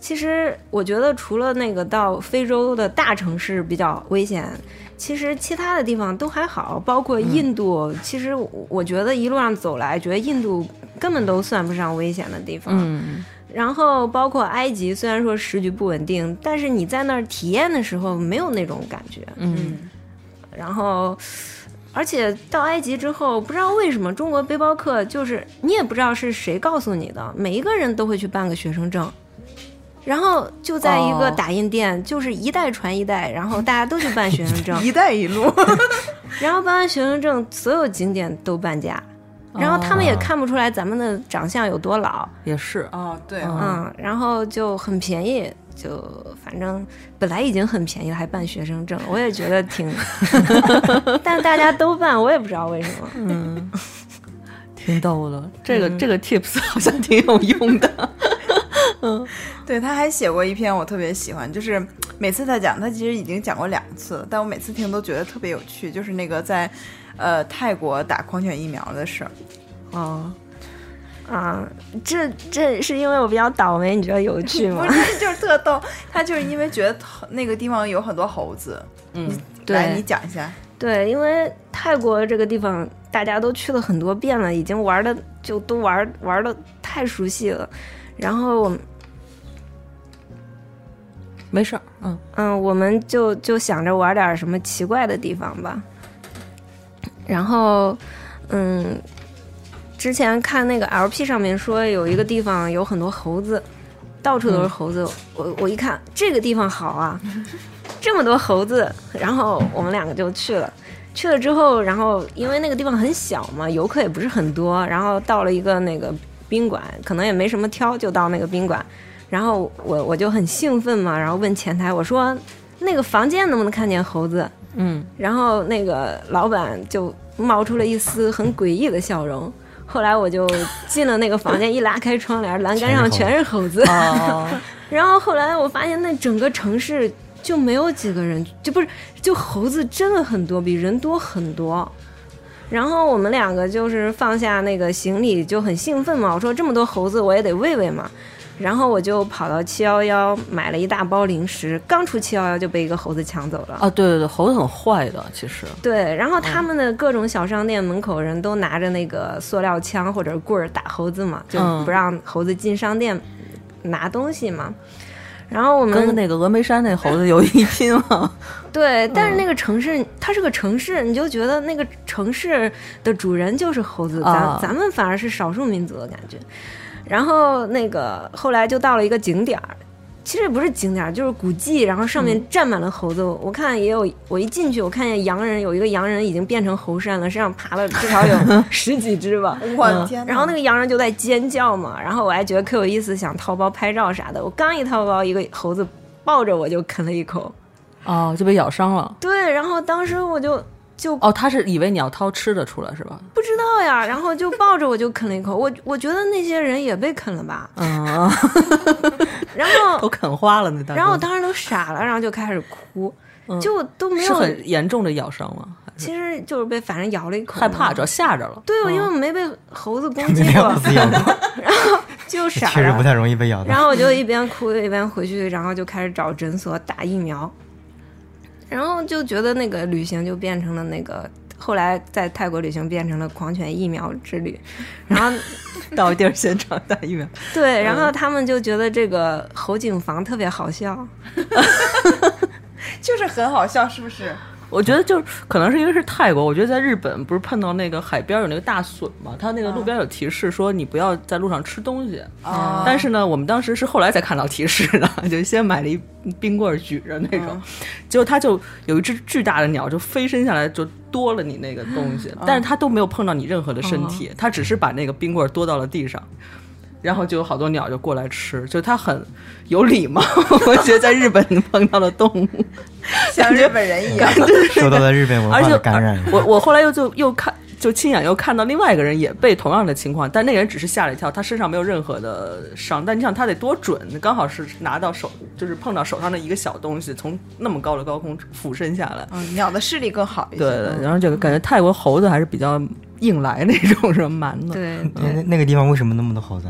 [SPEAKER 4] 其实我觉得除了那个到非洲的大城市比较危险，其实其他的地方都还好，包括印度。其实我我觉得一路上走来，觉得印度根本都算不上危险的地方。
[SPEAKER 2] 嗯
[SPEAKER 4] 然后包括埃及，虽然说时局不稳定，但是你在那儿体验的时候没有那种感觉。
[SPEAKER 2] 嗯，
[SPEAKER 4] 然后，而且到埃及之后，不知道为什么中国背包客就是你也不知道是谁告诉你的，每一个人都会去办个学生证，然后就在一个
[SPEAKER 2] 哦
[SPEAKER 4] 打印店，就是一代传一代，然后大家都去办学生证
[SPEAKER 3] ，一带一路，
[SPEAKER 4] 然后办完学生证，所有景点都半价，然后他们也看不出来咱们的长相有多老，
[SPEAKER 2] 也是，
[SPEAKER 3] 哦，对
[SPEAKER 2] 哦
[SPEAKER 4] 嗯，然后就很便宜。就反正本来已经很便宜了，还办学生证，我也觉得 挺，但大家都办，我也不知道为什么。
[SPEAKER 2] 嗯，挺逗的，嗯这个、这个 tips 好像挺有用的，
[SPEAKER 3] 对，他还写过一篇我特别喜欢，就是每次他讲，他其实已经讲过两次了，但我每次听都觉得特别有趣，就是那个在呃泰国打狂犬疫苗的事儿。
[SPEAKER 4] 哦，啊，这这是因为我比较倒霉，你觉得有趣吗
[SPEAKER 3] 不？是，就是特逗。他就是因为觉得头那个地方有很多猴子，
[SPEAKER 2] 嗯
[SPEAKER 3] 你
[SPEAKER 4] 对
[SPEAKER 3] 来你讲一下。
[SPEAKER 4] 对，因为泰国这个地方大家都去了很多遍了，已经玩的就都玩玩的太熟悉了。然后我们
[SPEAKER 2] 没事儿，嗯，
[SPEAKER 4] 嗯，我们就就想着玩点什么奇怪的地方吧。然后，嗯，之前看那个 LP 上面说有一个地方有很多猴子，到处都是猴子。我我一看这个地方好啊，这么多猴子，然后我们两个就去了。去了之后，然后因为那个地方很小嘛，游客也不是很多，然后到了一个那个宾馆，可能也没什么挑，就到那个宾馆。然后我我就很兴奋嘛，然后问前台我说那个房间能不能看见猴子？
[SPEAKER 2] 嗯，
[SPEAKER 4] 然后那个老板就冒出了一丝很诡异的笑容。后来我就进了那个房间，一拉开窗帘，栏杆上全是猴子。
[SPEAKER 2] 哦，
[SPEAKER 4] 然后后来我发现那整个城市就没有几个人，就不是就猴子真的很多，比人多很多。然后我们两个就是放下那个行李就很兴奋嘛，我说这么多猴子我也得喂喂嘛。然后我就跑到七幺幺买了一大包零食，刚出七幺幺就被一个猴子抢走了。
[SPEAKER 2] 啊，对对对，猴子很坏的，其实，
[SPEAKER 4] 对，然后他们的各种小商店门口人都拿着那个塑料枪或者棍儿打猴子嘛，就
[SPEAKER 2] 嗯
[SPEAKER 4] 不让猴子进商店拿东西嘛。然后我们
[SPEAKER 2] 跟那个峨眉山那猴子有一拼了，
[SPEAKER 4] 对，
[SPEAKER 3] 嗯
[SPEAKER 4] 但是那个城市，它是个城市，你就觉得那个城市的主人就是猴子，咱、
[SPEAKER 2] 啊
[SPEAKER 4] 咱们反而是少数民族的感觉。然后那个后来就到了一个景点儿，其实也不是景点儿，就是古迹，然后上面站满了猴子。我看也有，我一进去，我看见洋人有一个洋人已经变成猴山了，身上爬了至 少有十几只吧。
[SPEAKER 3] 我的天哪！
[SPEAKER 4] 然后那个洋人就在尖叫嘛，然后我还觉得可有意思，想掏包拍照啥的。我刚一掏包，一个猴子抱着我就啃了一口，
[SPEAKER 2] 哦，就被咬伤了。
[SPEAKER 4] 对，然后当时我就就
[SPEAKER 2] 哦，他是以为你要掏吃的出来是吧？
[SPEAKER 4] 不知道呀，然后就抱着我就啃了一口。我我觉得那些人也被啃了吧，
[SPEAKER 2] 嗯，
[SPEAKER 4] 然后
[SPEAKER 2] 都啃花了那大哥。
[SPEAKER 4] 然后我当时都傻了，然后就开始哭，
[SPEAKER 2] 嗯
[SPEAKER 4] 就都没
[SPEAKER 2] 是
[SPEAKER 4] 有，
[SPEAKER 2] 很严重的咬伤吗？还是
[SPEAKER 4] 其实就是被反正咬了一口，
[SPEAKER 2] 害怕，主。要吓着了。
[SPEAKER 4] 对，我因为
[SPEAKER 2] 嗯
[SPEAKER 4] 没被 猴子攻击
[SPEAKER 5] 没
[SPEAKER 4] 过
[SPEAKER 5] 有，自己咬过，
[SPEAKER 4] 就傻
[SPEAKER 5] 确实不
[SPEAKER 4] 了。
[SPEAKER 5] 太容易被咬
[SPEAKER 4] 然
[SPEAKER 5] 到。
[SPEAKER 4] 后我就一边哭一边回去，然后就开始找诊所打疫苗，然后就觉得那个旅行就变成了那个。后来在泰国旅行变成了狂犬疫苗之旅，然后
[SPEAKER 2] 到地儿现场打疫 苗。
[SPEAKER 4] 对，然后他们就觉得这个侯景房特别好笑，
[SPEAKER 3] 就是很好笑，是不是？
[SPEAKER 2] 我觉得就是可能是因为是泰国，我觉得在日本不是碰到那个海边有那个大笋嘛，它那个路边有提示说你不要在路上吃东西。
[SPEAKER 3] 啊
[SPEAKER 2] 但是呢，我们当时是后来才看到提示的， 就先买了一冰棍儿举着那种，结果它就有一只巨大的鸟就飞身下来就多了你那个东西，但是它都没有碰到你任何的身体，它只是把那个冰棍儿多到了地上。然后就有好多鸟就过来吃，就它很有礼貌。 我觉得在日本碰到的动物，
[SPEAKER 3] 像日本人一样，
[SPEAKER 5] 受到了日本文化
[SPEAKER 2] 而且
[SPEAKER 5] 的感染
[SPEAKER 2] 而， 我我后来又就又看，就亲眼又看到另外一个人也被同样的情况，但那个人只是吓了一跳，他身上没有任何的伤。但你想他得多准，刚好是拿到手，就是碰到手上的一个小东西，从那么高的高空俯身下来。
[SPEAKER 3] 嗯，鸟的视力更好一些。嗯
[SPEAKER 2] 对对，然后就感觉泰国猴子还是比较硬来那种，是吧蛮的。
[SPEAKER 4] 对
[SPEAKER 5] 那那那个地方为什么那么多猴子？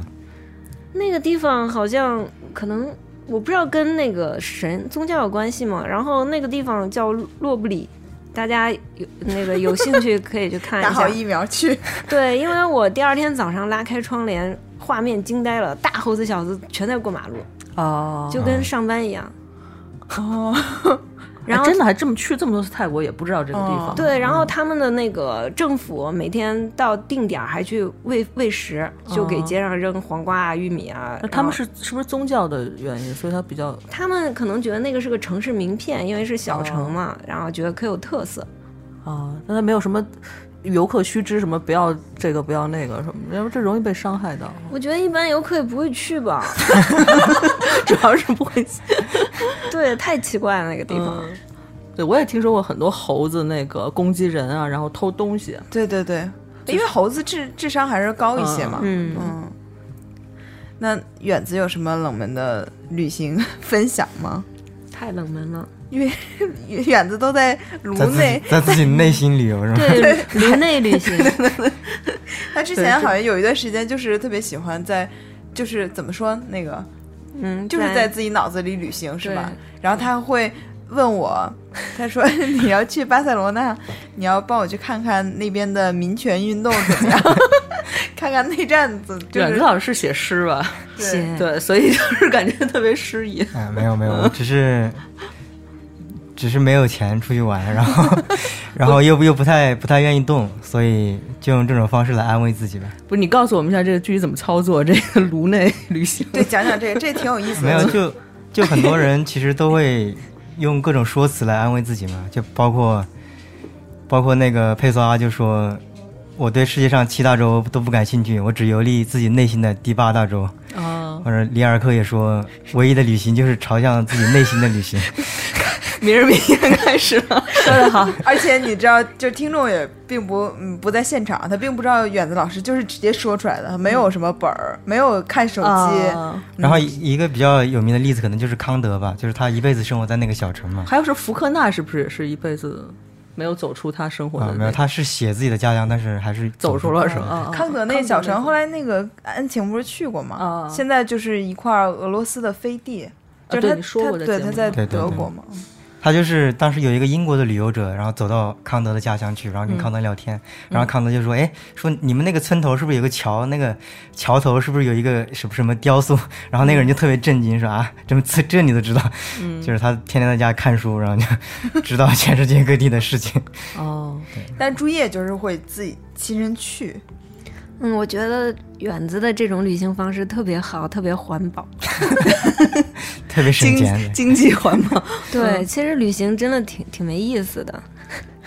[SPEAKER 4] 那个地方好像可能我不知道跟那个神宗教有关系嘛，然后那个地方叫洛布里。大家有那个有兴趣可以去看
[SPEAKER 3] 打
[SPEAKER 4] 一
[SPEAKER 3] 好
[SPEAKER 4] 下，
[SPEAKER 3] 疫苗去，
[SPEAKER 4] 对，因为我第二天早上拉开窗帘，画面惊呆了，大猴子小子全在过马路，
[SPEAKER 2] 哦
[SPEAKER 4] 就跟上班一样。
[SPEAKER 3] 哦，
[SPEAKER 4] 然后
[SPEAKER 2] 哎真的还这么去这么多次泰国，也不知道这个地
[SPEAKER 3] 哦
[SPEAKER 2] 方。
[SPEAKER 4] 对，然后他们的那个政府每天到定点儿还去喂喂食，就给
[SPEAKER 2] 哦
[SPEAKER 4] 街上扔黄瓜啊、玉米啊。
[SPEAKER 2] 那
[SPEAKER 4] 然
[SPEAKER 2] 他们
[SPEAKER 4] 后
[SPEAKER 2] 是是不是宗教的原因，所以他比较
[SPEAKER 4] 他们可能觉得那个是个城市名片，因为是小城嘛，然后觉得可有特色。
[SPEAKER 2] 啊，但他没有什么游客须知什么不要这个不要那个什么，要不这容易被伤害到。
[SPEAKER 4] 我觉得一般游客也不会去吧，
[SPEAKER 2] 主要是不会。
[SPEAKER 4] 对，太奇怪了那个地方。
[SPEAKER 3] 嗯
[SPEAKER 2] 对，我也听说过很多猴子那个攻击人啊，然后偷东西。
[SPEAKER 3] 对对对，因为猴子智智商还是高一些嘛。
[SPEAKER 4] 嗯
[SPEAKER 3] 嗯。那远子有什么冷门的旅行 分享吗？
[SPEAKER 4] 太冷门了。
[SPEAKER 3] 远远子都在颅
[SPEAKER 5] 在自己
[SPEAKER 3] 内，
[SPEAKER 5] 在自己内心旅游是吗？
[SPEAKER 4] 对，颅内旅行，
[SPEAKER 3] 他之前好像有一段时间就是特别喜欢在，就是怎么说那个，
[SPEAKER 4] 嗯，
[SPEAKER 3] 就是在自己脑子里旅行是吧
[SPEAKER 4] 对？
[SPEAKER 3] 然后他会问我， 他说你要去巴塞罗那，你要帮我去看看那边的民权运动怎么样， 看看内战怎就
[SPEAKER 2] 远
[SPEAKER 3] 是嗯
[SPEAKER 2] 子老师是写诗吧？
[SPEAKER 3] 对
[SPEAKER 4] 写
[SPEAKER 2] 对，所以就是感觉特别诗意。
[SPEAKER 5] 哎，没有没有，我只是只是没有钱出去玩，然后 然后又不又不太不太愿意动，所以就用这种方式来安慰自己吧。
[SPEAKER 2] 不是你告诉我们一下这个具体怎么操作这个颅内旅行？
[SPEAKER 3] 对，讲讲这个，这挺有意思的。
[SPEAKER 5] 没有，就就很多人其实都会用各种说辞来安慰自己嘛，就包括包括那个佩索阿就说。我对世界上七大洲都不感兴趣，我只游历自己内心的第八大洲。
[SPEAKER 3] 嗯
[SPEAKER 2] 啊，
[SPEAKER 5] 或者里尔克也说，唯一的旅行就是朝向自己内心的旅 行。
[SPEAKER 2] 明日明天开始了，说的好。
[SPEAKER 3] 而且你知道，就听众也并不嗯不在现场，他并不知道远子老师就是直接说出来的，没有什么本儿，没有看手机。
[SPEAKER 2] 啊，
[SPEAKER 5] 然后一一个比较有名的例子可能就是康德吧，就是他一辈子生活在那个小城嘛。
[SPEAKER 2] 还有是福克纳，是不是也是一辈子没有走出他生活的
[SPEAKER 5] 啊，
[SPEAKER 2] 那
[SPEAKER 5] 没有，
[SPEAKER 2] 个
[SPEAKER 5] 他是写自己的家乡，但是还是
[SPEAKER 2] 走出了是
[SPEAKER 5] 出来
[SPEAKER 2] 吧？
[SPEAKER 3] 康德那小城，后来那个安晴不是去过吗？
[SPEAKER 2] 啊
[SPEAKER 3] 现在就是一块俄罗斯的飞地，就
[SPEAKER 2] 对
[SPEAKER 3] 是他、
[SPEAKER 2] 你说过
[SPEAKER 3] 他
[SPEAKER 2] 在
[SPEAKER 3] 对
[SPEAKER 2] 节
[SPEAKER 3] 他
[SPEAKER 2] 目
[SPEAKER 3] 在
[SPEAKER 2] 里
[SPEAKER 5] 对对
[SPEAKER 3] 德
[SPEAKER 5] 对
[SPEAKER 3] 国嘛，嗯
[SPEAKER 5] 他就是当时有一个英国的旅游者，然后走到康德的家乡去，然后跟
[SPEAKER 2] 嗯
[SPEAKER 5] 康德聊天，然后康德就说：“哎，说你们那个村头是不是有个桥？那个桥头是不是有一个什么什么雕塑？” 然后那个人就特别震惊，说：“啊，这么这这你都知道？
[SPEAKER 4] 嗯
[SPEAKER 5] 就是他天天在家看书，然后就知道全世界各地的事情。
[SPEAKER 2] 哦，
[SPEAKER 3] 但朱叶就是会自己亲身去，
[SPEAKER 4] 嗯，我觉得远子的这种旅行方式特别好，特别环保。
[SPEAKER 5] 特别省钱
[SPEAKER 2] 经
[SPEAKER 5] 的。
[SPEAKER 2] 经济环保。
[SPEAKER 4] 对，其实旅行真的挺挺没意思的，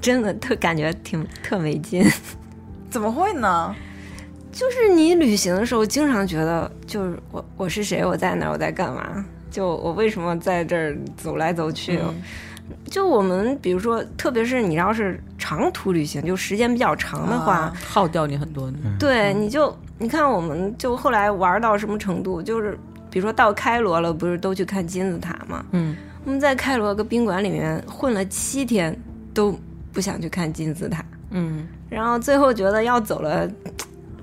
[SPEAKER 4] 真的特感觉挺特没劲。
[SPEAKER 3] 怎么会呢？
[SPEAKER 4] 就是你旅行的时候，经常觉得就是我我是谁，我在哪儿，我在干嘛？就我为什么在这儿走来走去？就我们比如说，特别是你要是长途旅行，就时间比较长的话，
[SPEAKER 3] 啊
[SPEAKER 2] 耗掉你很多。嗯
[SPEAKER 4] 对，你就你看，我们就后来玩到什么程度，就是比如说到开罗了，不是都去看金字塔吗？
[SPEAKER 2] 嗯，
[SPEAKER 4] 我们在开罗个宾馆里面混了七天，都不想去看金字塔，
[SPEAKER 2] 嗯，
[SPEAKER 4] 然后最后觉得要走了，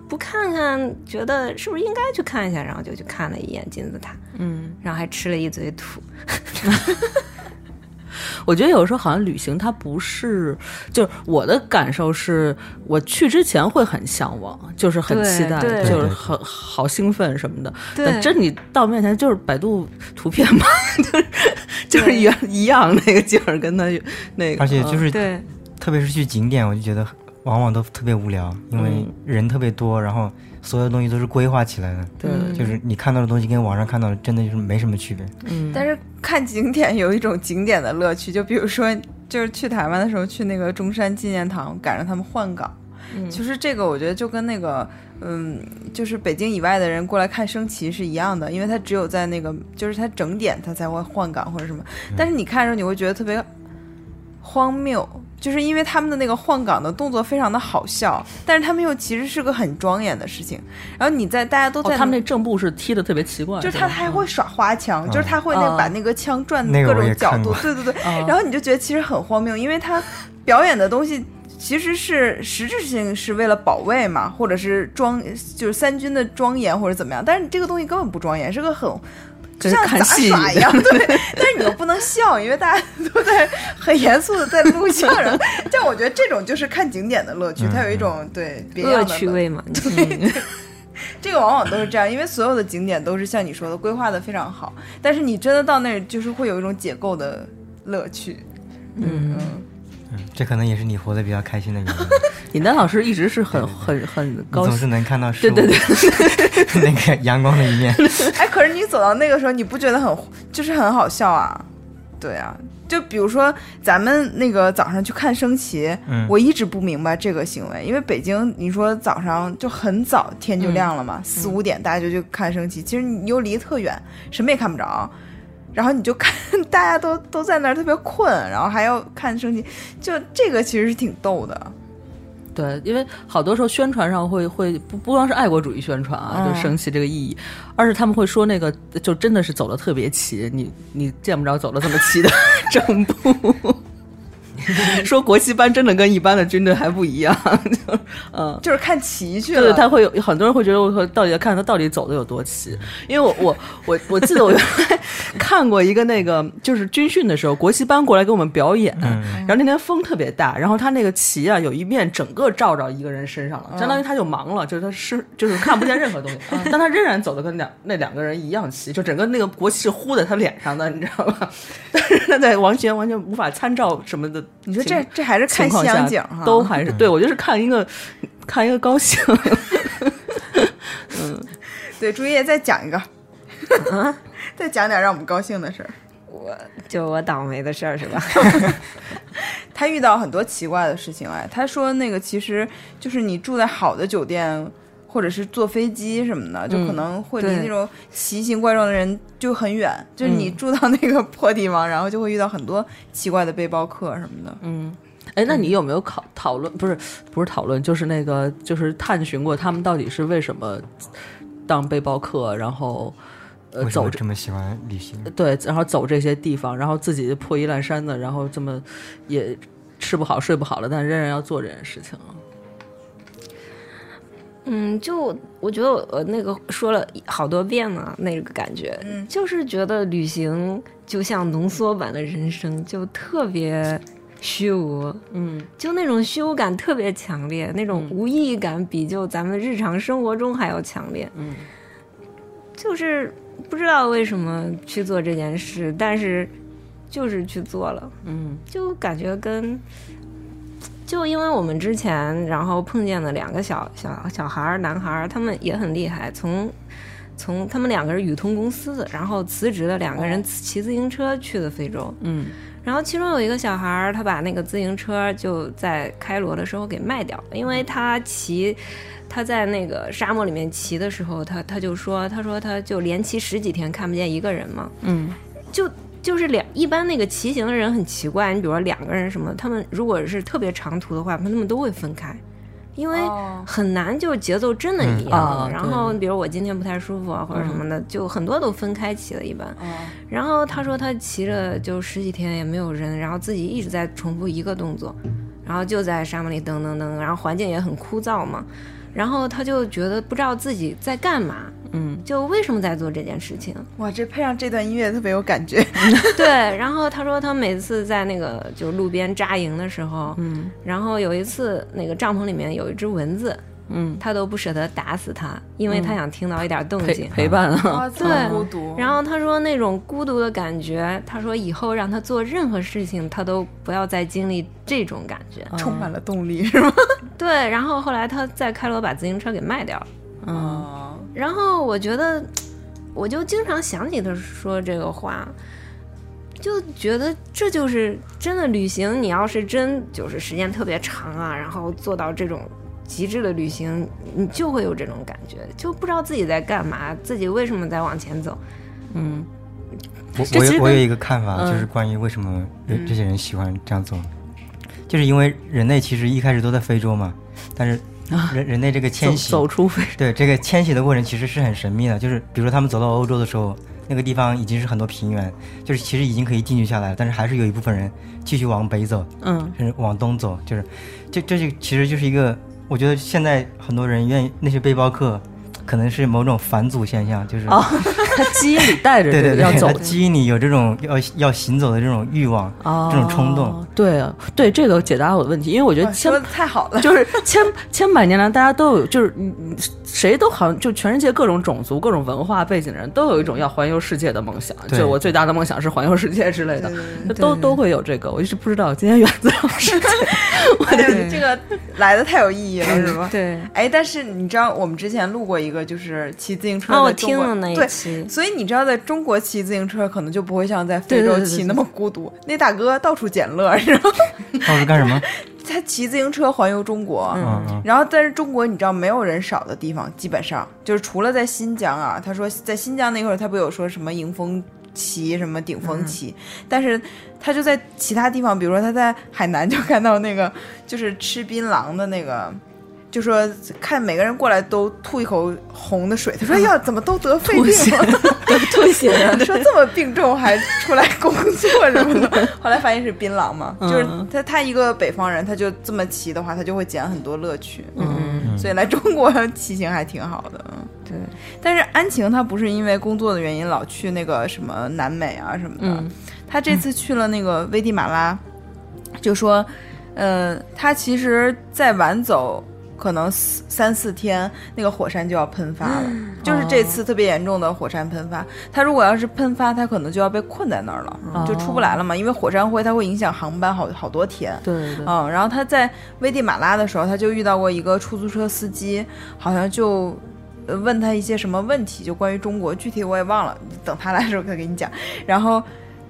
[SPEAKER 4] 不看看，觉得是不是应该去看一下，然后就去看了一眼金字塔，
[SPEAKER 2] 嗯，
[SPEAKER 4] 然后还吃了一嘴土。
[SPEAKER 2] 我觉得有时候好像旅行它不是，就是我的感受是，我去之前会很向往，就是很期待，
[SPEAKER 4] 对
[SPEAKER 5] 对
[SPEAKER 2] 就是很好兴奋什么的。
[SPEAKER 4] 对
[SPEAKER 2] 但真你到面前就是百度图片嘛， 就是就是
[SPEAKER 4] 对
[SPEAKER 2] 一样一样那个景儿跟它那个，
[SPEAKER 5] 而且就是，
[SPEAKER 4] 对
[SPEAKER 5] 特别是去景点，我就觉得往往都特别无聊，因为
[SPEAKER 4] 嗯
[SPEAKER 5] 人特别多，然后所有东西都是规划起来的，
[SPEAKER 2] 对，
[SPEAKER 4] 嗯
[SPEAKER 5] 就是你看到的东西跟网上看到的真的就是没什么区别。
[SPEAKER 2] 嗯，
[SPEAKER 3] 但是看景点有一种景点的乐趣，就比如说，就是去台湾的时候去那个中山纪念堂，赶上他们换岗，就是这个，我觉得就跟那个，嗯，就是北京以外的人过来看升旗是一样的，因为他只有在那个，就是他整点他才会换岗或者什么，但是你看的时候你会觉得特别荒谬。就是因为他们的那个换岗的动作非常的好笑，但是他们又其实是个很庄严的事情。然后你在大家都
[SPEAKER 2] 哦、
[SPEAKER 3] 在那、
[SPEAKER 2] 他们那正步是踢的特别奇怪，
[SPEAKER 3] 就是他
[SPEAKER 2] 啊对吧
[SPEAKER 3] 还会耍花枪，就是他会那
[SPEAKER 2] 啊
[SPEAKER 3] 个把那个枪转
[SPEAKER 5] 嗯那个
[SPEAKER 3] 各
[SPEAKER 5] 我也
[SPEAKER 3] 种角
[SPEAKER 5] 看
[SPEAKER 3] 度
[SPEAKER 5] 过，
[SPEAKER 3] 对对对，
[SPEAKER 2] 哦
[SPEAKER 3] 然后你就觉得其实很荒谬，因为他表演的东西。其实是实质性是为了保卫嘛，或者是庄就是三军的庄严或者怎么样，但是你这个东西根本不庄严，是个很
[SPEAKER 2] 就
[SPEAKER 3] 就是像
[SPEAKER 2] 看
[SPEAKER 3] 杂
[SPEAKER 2] 戏
[SPEAKER 3] 耍一样，对。 但是你又不能笑，因为大家都在很严肃的在录 像上，但我觉得这种就是看景点的乐趣，它有一种对别样
[SPEAKER 4] 恶
[SPEAKER 3] 的
[SPEAKER 4] 趣
[SPEAKER 3] 乐
[SPEAKER 4] 味嘛，嗯
[SPEAKER 3] 这个往往都是这样，因为所有的景点都是像你说的规划的非常好，但是你真的到那儿，就是会有一种解构的乐趣。嗯，
[SPEAKER 5] 嗯，这可能也是你活得比较开心 的原因。
[SPEAKER 2] 尹丹老师一直是很很很
[SPEAKER 5] 你
[SPEAKER 2] 高
[SPEAKER 5] 总
[SPEAKER 2] 兴
[SPEAKER 5] 是能看到
[SPEAKER 2] 对
[SPEAKER 5] 事物
[SPEAKER 2] 对对
[SPEAKER 5] 那个阳光的 一面。
[SPEAKER 3] 哎，可是你走到那个时候，你不觉得很就是很好笑啊？对啊，就比如说咱们那个早上去看升旗，
[SPEAKER 5] 嗯
[SPEAKER 3] 我一直不明白这个行为，因为北京你说早上就很早天就亮了
[SPEAKER 2] 嗯
[SPEAKER 3] 嘛，四五点大家就去看升旗，其实你又离得特远，什么也看不着。然后你就看大家都都在那儿特别困，然后还要看升旗，就这个其实是挺逗的。
[SPEAKER 2] 对，因为好多时候宣传上会会不不光是爱国主义宣传啊，
[SPEAKER 3] 嗯
[SPEAKER 2] 就升起这个意义，而是他们会说那个就真的是走的特别齐，你你见不着走的这么齐的 正步。 说国旗班真的跟一般的军队还不一样，就是嗯。
[SPEAKER 3] 就是看旗去
[SPEAKER 2] 对
[SPEAKER 3] 了，
[SPEAKER 2] 对，他会有很多人会觉得我到底要看他到底走的有多齐，因为我我我我记得我原来 看过一个那个就是军训的时候，国旗班过来给我们表演，然后那天风特别大，然后他那个旗啊有一面整个罩着一个人身上了，
[SPEAKER 3] 嗯
[SPEAKER 2] 相当于他就盲了，就是他是就是看不见任何东西， 但他仍然走的跟两那两个人一样齐，就整个那个国旗是呼在他脸上的，你知道吗？ 但是他在完全完全无法参照什么的情，
[SPEAKER 3] 你说这这还是
[SPEAKER 2] 情
[SPEAKER 3] 看
[SPEAKER 2] 况
[SPEAKER 3] 西
[SPEAKER 2] 下
[SPEAKER 3] 洋景哈，
[SPEAKER 2] 都还是对我就是看一个看一个高兴。
[SPEAKER 3] 对。朱叶再讲一个， 再讲点让我们高兴的事儿。
[SPEAKER 4] 就我倒霉的事儿是吧？
[SPEAKER 3] 他遇到很多奇怪的事情哎，他说那个其实就是你住在好的酒店，或者是坐飞机什么的，就可能会离
[SPEAKER 4] 对
[SPEAKER 3] 那种奇形怪状的人就很远，就是你住到那个破地方，然后就会遇到很多奇怪的背包客什么的。
[SPEAKER 2] 哎，那你有没有考讨论？不是不是讨论，就是那个就是探寻过他们到底是为什么当背包客，然后呃
[SPEAKER 5] 为什
[SPEAKER 2] 走呃
[SPEAKER 5] 么
[SPEAKER 2] 这
[SPEAKER 5] 这么喜欢旅行？
[SPEAKER 2] 对，然后走这些地方，然后自己破衣烂衫的，然后这么也吃不好睡不好了，但仍然要做这件事情。
[SPEAKER 4] 嗯，就我觉得我那个说了好多遍了，那个感觉，就是觉得旅行就像浓缩版的人生，就特别虚无，
[SPEAKER 2] 嗯，
[SPEAKER 4] 就那种虚无感特别强烈，那种无意义感比就咱们日常生活中还要强烈。
[SPEAKER 2] 嗯，
[SPEAKER 4] 就是不知道为什么去做这件事，但是就是去做了。
[SPEAKER 2] 嗯，
[SPEAKER 4] 就感觉跟，就因为我们之前然后碰见了两个小小小孩儿，男孩儿，他们也很厉害，从从他们两个人宇通公司，然后辞职了，两个
[SPEAKER 2] 哦
[SPEAKER 4] 人骑自行车去的非洲。
[SPEAKER 2] 嗯，
[SPEAKER 4] 然后其中有一个小孩儿，他把那个自行车就在开罗的时候给卖掉了，因为他骑。他在那个沙漠里面骑的时候，他他就说，他说他就连骑十几天看不见一个人嘛，
[SPEAKER 2] 嗯，
[SPEAKER 4] 就就是两一般那个骑行的人很奇怪，你比如说两个人什么，他们如果是特别长途的话，他们都会分开，因为
[SPEAKER 3] 哦
[SPEAKER 4] 很难就节奏真的一
[SPEAKER 2] 嗯
[SPEAKER 4] 样。
[SPEAKER 2] 啊
[SPEAKER 4] 然
[SPEAKER 2] 对嗯
[SPEAKER 4] 后比如我今天不太舒服啊或者什么的，就很多都分开骑了一般。
[SPEAKER 3] 哦
[SPEAKER 4] 然后他说他骑了就十几天也没有人，然后自己一直在重复一个动作，然后就在沙漠里噔噔噔，然后环境也很枯燥嘛，然后他就觉得不知道自己在干嘛，
[SPEAKER 2] 嗯，
[SPEAKER 4] 就为什么在做这件事情。
[SPEAKER 3] 哇，这配上这段音乐特别有感觉。
[SPEAKER 4] 对，然后他说他每次在那个就路边扎营的时候，
[SPEAKER 2] 嗯
[SPEAKER 4] 然后有一次那个帐篷里面有一只蚊子，
[SPEAKER 2] 嗯，
[SPEAKER 4] 他都不舍得打死它，因为他想听到一点动
[SPEAKER 2] 陪
[SPEAKER 4] 静。
[SPEAKER 2] 陪伴啊，
[SPEAKER 3] 哇，这
[SPEAKER 4] 哦对
[SPEAKER 3] 么孤独。
[SPEAKER 4] 然后他说那种孤独的感觉，他说以后让他做任何事情，他都不要再经历这种感觉。
[SPEAKER 2] 嗯
[SPEAKER 3] 充满了动力，是吗？
[SPEAKER 4] 对，然后后来他在开罗把自行车给卖掉了。
[SPEAKER 2] 嗯
[SPEAKER 3] 哦
[SPEAKER 4] 然后我觉得，我就经常想起他说这个话，就觉得这就是真的旅行。你要是真就是时间特别长啊，然后做到这种极致的旅行，你就会有这种感觉，就不知道自己在干嘛，自己为什么在往前走。
[SPEAKER 2] 嗯，
[SPEAKER 5] 我
[SPEAKER 2] 这
[SPEAKER 5] 我
[SPEAKER 2] 其实
[SPEAKER 5] 有我有
[SPEAKER 2] 跟
[SPEAKER 5] 一个看法，
[SPEAKER 2] 嗯
[SPEAKER 5] 就是关于为什么有这些人喜欢这样做，就是因为人类其实一开始都在非洲嘛，但是人人类这个
[SPEAKER 2] 走
[SPEAKER 5] 迁徙，
[SPEAKER 2] 啊走出 非
[SPEAKER 5] 对这个迁徙的过程其实是很神秘的，就是比如说他们走到欧洲的时候，那个地方已经是很多平原，就是其实已经可以定居下来了，但是还是有一部分人继续往北走，
[SPEAKER 2] 嗯
[SPEAKER 5] 甚至往东走，就是这这就其实就是一个，我觉得现在很多人愿意那些背包客，可能是某种返祖现象，就是。
[SPEAKER 3] 哦
[SPEAKER 2] 啊，他基因里带着
[SPEAKER 5] 对
[SPEAKER 2] 这
[SPEAKER 5] 对
[SPEAKER 2] 个
[SPEAKER 5] 对，
[SPEAKER 2] 要走
[SPEAKER 5] 它 激你有这种要要行走的这种欲望，
[SPEAKER 2] 啊
[SPEAKER 3] 哦
[SPEAKER 5] 这种冲动。
[SPEAKER 2] 对啊对，这个解答我的问题，因为我觉得
[SPEAKER 3] 哇
[SPEAKER 2] 千
[SPEAKER 3] 说的太好了，
[SPEAKER 2] 就是千千百年来，大家都有，就是嗯嗯谁都好像就全世界各种种族、各种文化背景的人都有一种要环游世界的梦想。
[SPEAKER 5] 对
[SPEAKER 2] 就我最大的梦想是环游世界之类的，
[SPEAKER 3] 对
[SPEAKER 2] 都都会有这个。我一直不知道今天原子老师
[SPEAKER 3] 哎呀这个来的太有意义了，是吧？
[SPEAKER 4] 对，
[SPEAKER 3] 哎，但是你知道，我们之前录过一个，就是骑自行车
[SPEAKER 4] 啊，我
[SPEAKER 3] 在中
[SPEAKER 4] 听
[SPEAKER 3] 国
[SPEAKER 4] 了那一
[SPEAKER 3] 对，
[SPEAKER 4] 期，
[SPEAKER 3] 所以你知道，在中国骑自行车可能就不会像在非
[SPEAKER 4] 对对
[SPEAKER 3] 洲
[SPEAKER 4] 对对
[SPEAKER 3] 骑
[SPEAKER 4] 对
[SPEAKER 3] 那么孤独。那大哥到处捡乐， 然后
[SPEAKER 5] 到处干 什么？
[SPEAKER 3] 他骑自行车环游中国。
[SPEAKER 5] 嗯嗯，
[SPEAKER 3] 然后，但是中国你知道没有人少的地方，基本上就是除了在新疆啊，他说在新疆那会儿，他不有说什么迎风旗、什么顶风旗，
[SPEAKER 4] 嗯
[SPEAKER 3] 但是他就在其他地方，比如说他在海南就看到那个就是吃槟榔的那个，就说看每个人过来都吐一口红的水，他说哎呀，怎么都得肺病啊了？
[SPEAKER 4] 吐血
[SPEAKER 3] 说这么病重还出来工作什么的，后来发现是槟榔嘛，就是他他一个北方人，他就这么骑的话，他就会捡很多乐趣，嗯，所以来中国 骑行还挺好的，嗯，
[SPEAKER 4] 对，
[SPEAKER 3] 但是安晴她不是因为工作的原因老去那个什么南美啊什么的，
[SPEAKER 2] 嗯
[SPEAKER 3] 她这次去了那个危地马拉，就说，呃，她其实再晚走可能四三四天，那个火山就要喷发了，就是这次特别严重的火山喷发。她如果要是喷发，她可能就要被困在那儿了，就出不来了嘛，因为火山灰它会影响航班好好多天。
[SPEAKER 2] 对对对，
[SPEAKER 3] 嗯，然后他在危地马拉的时候，他就遇到过一个出租车司机，好像就呃问他一些什么问题，就关于中国，具体我也忘了，等他来的时候再给你讲。然后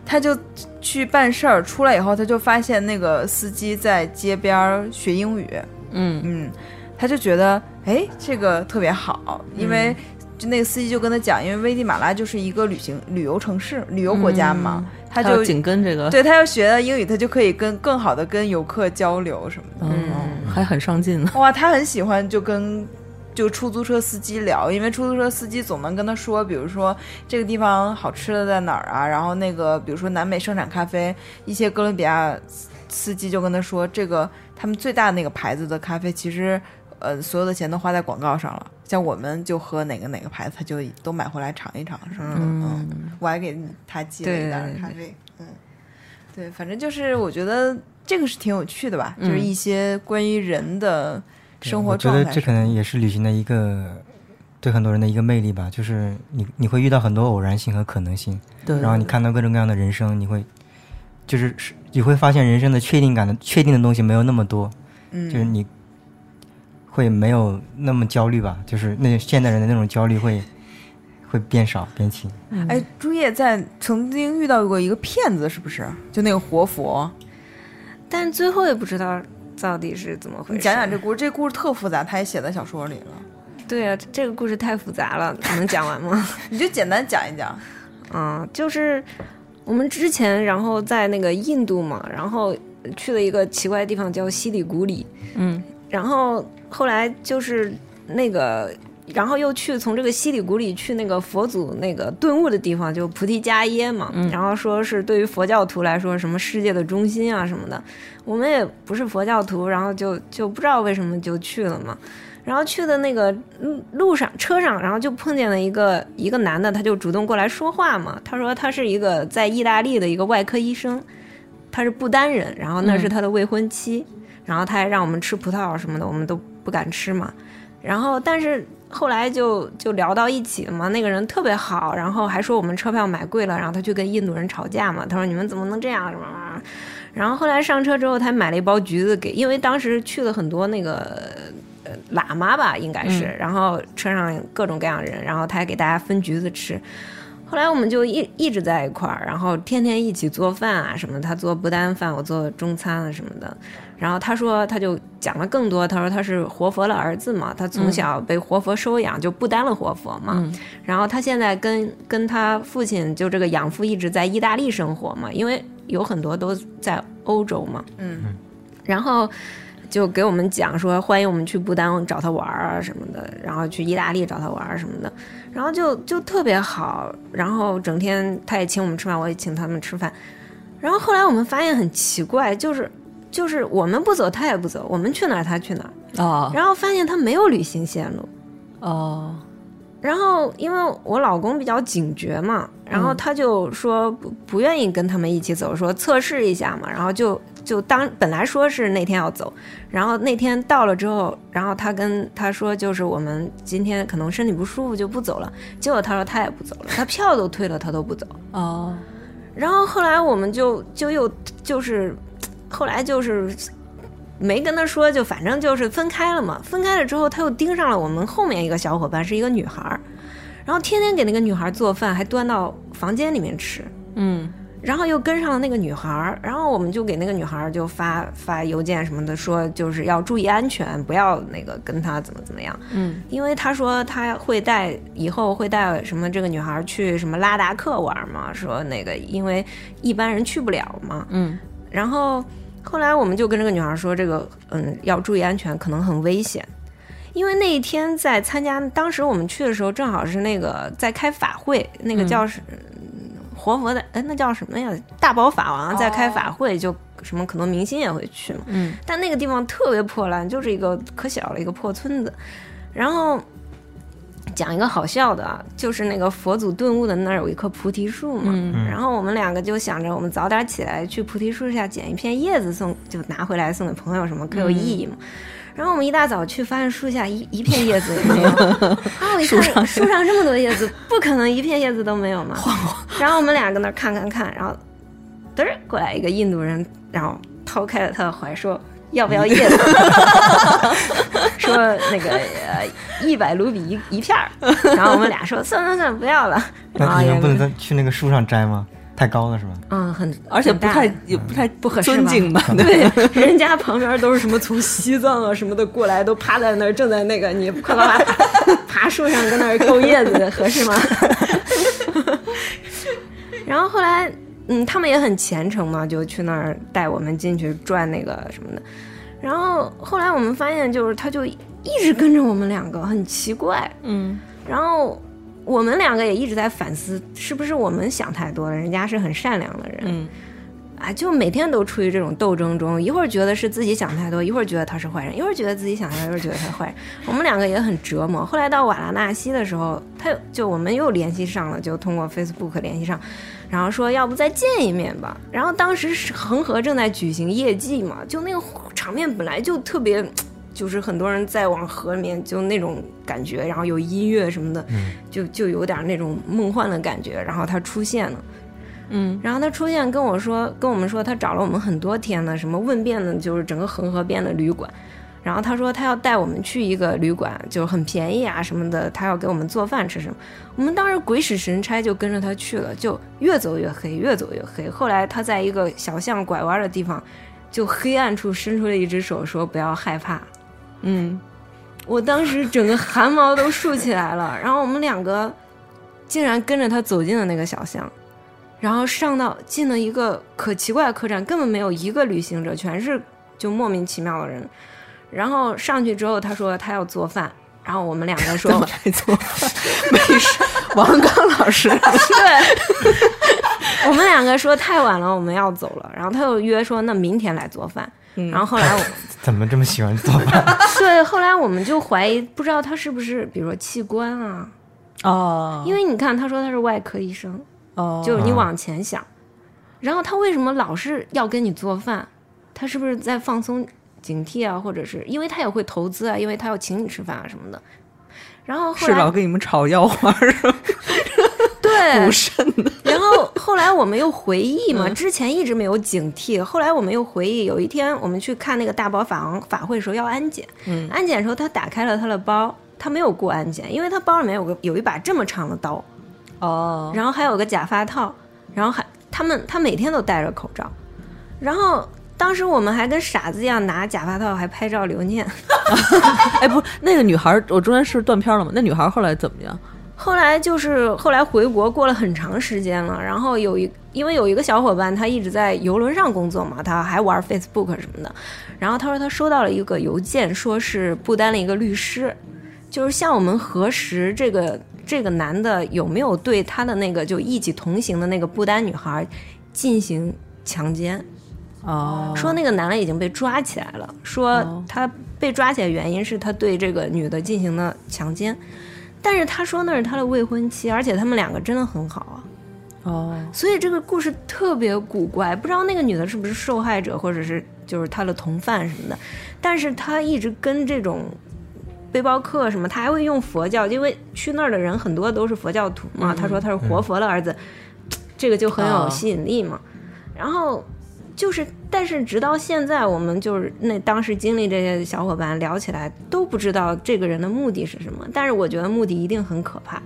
[SPEAKER 3] 他就去办事儿，出来以后他就发现那个司机在街边儿学英语，
[SPEAKER 2] 嗯
[SPEAKER 3] 嗯，他就觉得哎，这个特别好，因
[SPEAKER 2] 嗯
[SPEAKER 3] 为就那个司机就跟他讲，因为危地马拉就是一个旅行旅游城市、旅游国家嘛，他
[SPEAKER 2] 嗯还有
[SPEAKER 3] 就
[SPEAKER 2] 紧跟这个，
[SPEAKER 3] 对他要学了英语，他就可以跟更好的跟游客交流什么的。
[SPEAKER 2] 嗯，还很上进呢。
[SPEAKER 3] 哇，他很喜欢就跟就出租车司机聊，因为出租车司机总能跟他说，比如说这个地方好吃的在哪儿啊，然后那个比如说南美盛产咖啡，一些哥伦比亚司司机就跟他说，这个他们最大那个牌子的咖啡其实。呃，所有的钱都花在广告上了，像我们就喝哪个哪个牌子，他就都买回来尝一尝，是吗？嗯，我还给他寄了一袋
[SPEAKER 4] 对对对
[SPEAKER 3] 咖啡，嗯，对，反正就是我觉得这个是挺有趣的吧，就是一些关于人的生活
[SPEAKER 5] 我觉
[SPEAKER 3] 状
[SPEAKER 5] 得
[SPEAKER 3] 态
[SPEAKER 5] 这可能也是旅行的一个对很多人的一个魅力吧，就是你你会遇到很多偶然性和可能性，
[SPEAKER 2] 对，
[SPEAKER 5] 然后你看到各种各样的人生，你会就是是你会发现人生的确定感的确定的东西没有那么多，就是
[SPEAKER 3] 嗯，
[SPEAKER 5] 你会没有那么焦虑吧，就是那现代人的那种焦虑会会变少变轻。
[SPEAKER 3] 哎，朱叶在曾经遇到过一个骗子，是不是？就那个活佛，
[SPEAKER 4] 但最后也不知道到底是怎么回
[SPEAKER 3] 你
[SPEAKER 4] 事。
[SPEAKER 3] 讲讲这故事，这故事特复杂，他也写在小说里了，
[SPEAKER 4] 对啊，这个故事太复杂了，能讲完吗？
[SPEAKER 3] 你就简单讲一讲。
[SPEAKER 4] 啊，就是我们之前，然后在那个印度嘛，然后去了一个奇怪的地方叫西里古里，
[SPEAKER 2] 嗯，
[SPEAKER 4] 然后后来就是那个，然后又去从这个西里古里去那个佛祖那个顿悟的地方，就菩提伽耶嘛。然后说是对于佛教徒来说，什么世界的中心啊什么的，我们也不是佛教徒，然后就就不知道为什么就去了嘛。然后去的那个路路上车上，然后就碰见了一个一个男的，他就主动过来说话嘛。他说他是一个在意大利的一个外科医生，他是不丹人，然后那是他的未婚妻。然后他还让我们吃葡萄什么的，我们都不敢吃嘛。然后但是后来就就聊到一起了嘛，那个人特别好，然后还说我们车票买贵了，然后他去跟印度人吵架嘛，他说你们怎么能这样什么什么。然后后来上车之后，他买了一包橘子给，因为当时去了很多那个呃喇嘛吧，应该是，然后车上各种各样的人，然后他还给大家分橘子吃。后来我们就一一直在一块儿，然后天天一起做饭啊什么，他做不丹饭，我做中餐啊什么的。然后他说，他就讲了更多。他说他是活佛的儿子嘛，他从小被活佛收养，就不丹了活佛嘛。然后他现在跟跟他父亲就这个养父一直在意大利生活嘛，因为有很多都在欧洲嘛。
[SPEAKER 3] 嗯，
[SPEAKER 4] 然后就给我们讲说，欢迎我们去不丹找他玩儿啊什么的，然后去意大利找他玩儿啊什么的，然后就就特别好，然后整天他也请我们吃饭，我也请他们吃饭，然后后来我们发现很奇怪，就是就是我们不走，他也不走，我们去哪儿他去哪儿，
[SPEAKER 2] 哦
[SPEAKER 4] 然后发现他没有旅行线路，
[SPEAKER 2] 哦，
[SPEAKER 4] 然后因为我老公比较警觉嘛，然后他就说不不愿意跟他们一起走，说测试一下嘛，然后就就当本来说是那天要走，然后那天到了之后，然后他跟他说就是我们今天可能身体不舒服就不走了，结果他说他也不走了，他票都退了他都不走，
[SPEAKER 2] 哦，
[SPEAKER 4] 然后后来我们就就又就是，后来就是没跟他说，就反正就是分开了嘛。分开了之后，他又盯上了我们后面一个小伙伴，是一个女孩儿，然后天天给那个女孩儿做饭，还端到房间里面吃。
[SPEAKER 2] 嗯
[SPEAKER 4] 然后又跟上了那个女孩儿，然后我们就给那个女孩儿就发发邮件什么的，说就是要注意安全，不要那个跟她怎么怎么样。
[SPEAKER 2] 嗯，
[SPEAKER 4] 因为她说她会带以后会带什么这个女孩儿去什么拉达克玩嘛，说那个因为一般人去不了嘛。
[SPEAKER 2] 嗯，
[SPEAKER 4] 然后后来我们就跟这个女孩儿说，这个嗯要注意安全，可能很危险。因为那一天在参加，当时我们去的时候正好是那个在开法会，那
[SPEAKER 2] 嗯
[SPEAKER 4] 个叫是、活佛的，哎，那叫什么呀？大宝法王在开法会，就什么可能明星也会去嘛。
[SPEAKER 2] 哦嗯，
[SPEAKER 4] 但那个地方特别破烂，就是一个可小了一个破村子。然后讲一个好笑的啊，就是那个佛祖顿悟的那儿有一棵菩提树嘛。
[SPEAKER 2] 嗯
[SPEAKER 4] 然后我们两个就想着，我们早点起来去菩提树下捡一片叶子送，就拿回来送给朋友，什么可有意义
[SPEAKER 5] 嗯
[SPEAKER 4] 嘛。然后我们一大早去，发现树下一一片叶子也没有。 啊，我一看树上这么多叶子，不可能一片叶子都没有嘛。然后我们俩搁那儿看看看，然后嘚儿过来一个印度人，然后抛开了他的怀说。要不要叶 子？说那个呃一百卢比一一片 儿，然后我们俩说算算算不要了。然
[SPEAKER 5] 那
[SPEAKER 4] 后
[SPEAKER 5] 你们
[SPEAKER 4] 有
[SPEAKER 5] 不能
[SPEAKER 4] 一个
[SPEAKER 5] 在去那个树上摘吗？太高了是吧？
[SPEAKER 4] 嗯，很
[SPEAKER 2] 而且
[SPEAKER 4] 很
[SPEAKER 2] 不
[SPEAKER 4] 大
[SPEAKER 2] 太也不太
[SPEAKER 4] 不合适吧
[SPEAKER 2] 尊敬吧？
[SPEAKER 4] 对，人家旁边都是什么从西藏啊什么的过来，都趴在那儿，正在那个你快快 快爬树上跟那儿抠叶子，合适吗？ 然后后来，嗯，他们也很虔诚嘛，就去那儿带我们进去转那个什么的。然后后来我们发现，就是他就一直跟着我们两个，很奇怪。
[SPEAKER 2] 嗯
[SPEAKER 4] 然后我们两个也一直在反思，是不是我们想太多了？人家是很善良的人。
[SPEAKER 2] 嗯
[SPEAKER 4] 啊，就每天都处于这种斗争中，一会儿觉得是自己想太多，一会儿觉得他是坏人，一会儿觉得自己想太多，一会儿觉得他是坏人。我们两个也很折磨。后来到瓦拉纳西的时候，他又就我们又联系上了，就通过 Facebook 联系上，然后说要不再见一面吧。然后当时是恒河正在举行夜祭嘛，就那个场面本来就特别。就是很多人在往河里面，就那种感觉，然后有音乐什么的，就就有点那种梦幻的感觉。然后他出现了，
[SPEAKER 2] 嗯
[SPEAKER 4] 然后他出现跟我说，跟我们说他找了我们很多天呢，什么问遍了就是整个恒河边的旅馆，然后他说他要带我们去一个旅馆，就很便宜啊什么的，他要给我们做饭吃什么。我们当时鬼使神差就跟着他去了，就越走越黑，越走越黑。后来他在一个小巷拐弯的地方，就黑暗处伸出了一只手，说不要害怕。
[SPEAKER 2] 嗯，
[SPEAKER 4] 我当时整个汗毛都竖起来了。然后我们两个竟然跟着他走进了那个小巷，然后上到进了一个可奇怪的客栈，根本没有一个旅行者，全是就莫名其妙的人。然后上去之后，他说他要做饭，然后我们两个说
[SPEAKER 2] 干嘛来做饭？没事，王刚老师，
[SPEAKER 4] 对， 我们两个说太晚了，我们要走了。然后他又约说那明天来做饭。
[SPEAKER 2] 嗯
[SPEAKER 4] 然后后来我，
[SPEAKER 5] 怎么这么喜欢做饭？
[SPEAKER 4] 对，后来我们就怀疑，不知道他是不是，比如说器官啊，
[SPEAKER 2] 哦，
[SPEAKER 4] 因为你看，他说他是外科医生，
[SPEAKER 2] 哦，
[SPEAKER 4] 就是你
[SPEAKER 5] 啊
[SPEAKER 4] 往前想，然后他为什么老是要跟你做饭？他是不是在放松警惕啊？或者是因为他也会投资啊？因为他要请你吃饭啊什么的。然后后
[SPEAKER 2] 是老
[SPEAKER 4] 来
[SPEAKER 2] 跟你们炒腰花儿是吧
[SPEAKER 4] 对
[SPEAKER 2] 补，肾的，嗯
[SPEAKER 4] 然后后来我们又回忆嘛，之前一直没有警惕，后来我们又回忆，有一天我们去看那个大宝法王法会的时候要安检，
[SPEAKER 2] 嗯
[SPEAKER 4] 安检的时候他打开了他的包，他没有过安检，因为他包里面有个有一把这么长的刀，
[SPEAKER 2] 哦，
[SPEAKER 4] 然后还有个假发套，然后还他们他每天都戴着口罩，然后当时我们还跟傻子一样拿假发套还拍照留念。
[SPEAKER 2] 哎，不，那个女孩儿，我中间是断片了吗？那女孩儿后来怎么样？
[SPEAKER 4] 后来就是后来回国过了很长时间了，然后有一因为有一个小伙伴他一直在游轮上工作嘛，他还玩 Facebook 什么的，然后他说他收到了一个邮件，说是不丹的一个律师，就是向我们核实这个这个男的有没有对他的那个就一起同行的那个不丹女孩进行强奸。
[SPEAKER 2] 哦，
[SPEAKER 4] 说那个男的已经被抓起来了，说
[SPEAKER 2] 哦
[SPEAKER 4] 他被抓起来原因是他对这个女的进行了强奸，但是他说那是他的未婚妻，而且他们两个真的很好啊，
[SPEAKER 2] 哦，
[SPEAKER 4] 所以这个故事特别古怪，不知道那个女的是不是受害者，或者是就是他的同犯什么的，但是他一直跟这种。背包客什么，他还会用佛教，因为去那儿的人很多都是佛教徒嘛。他说他是活佛的儿子，这个就很有
[SPEAKER 2] 哦
[SPEAKER 4] 吸引力嘛。然后就是，但是直到现在，我们就是那当时经历这些小伙伴聊起来，都不知道这个人的目的是什么。但是我觉得目的一定很可怕。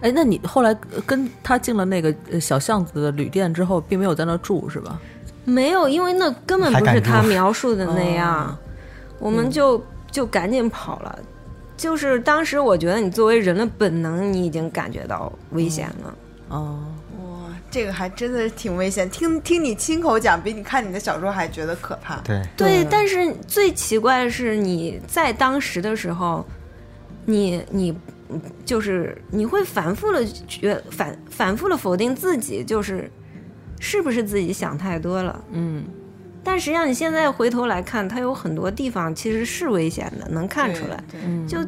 [SPEAKER 2] 哎，那你后来呃跟他进了那个呃小巷子的旅店之后，并没有在那住是吧？
[SPEAKER 4] 没有，因为那根本
[SPEAKER 5] 还
[SPEAKER 4] 不
[SPEAKER 5] 敢
[SPEAKER 4] 是他
[SPEAKER 5] 住
[SPEAKER 4] 描述的那样
[SPEAKER 2] 哦，
[SPEAKER 4] 我们就就赶紧跑了。就是当时我觉得，你作为人的本能，你已经感觉到危险了。
[SPEAKER 2] 哦，
[SPEAKER 3] 哇，这个还真的是挺危险。听听你亲口讲，比你看你的小说还觉得可怕。
[SPEAKER 5] 对，
[SPEAKER 4] 对，但是最奇怪的是，你在当时的时候，你你就是你会反复的觉反反复的否定自己，就是是不是自己想太多了。
[SPEAKER 2] 嗯，
[SPEAKER 4] 但实际上，你现在回头来看，它有很多地方其实是危险的，能看出来。
[SPEAKER 3] 对，
[SPEAKER 4] 就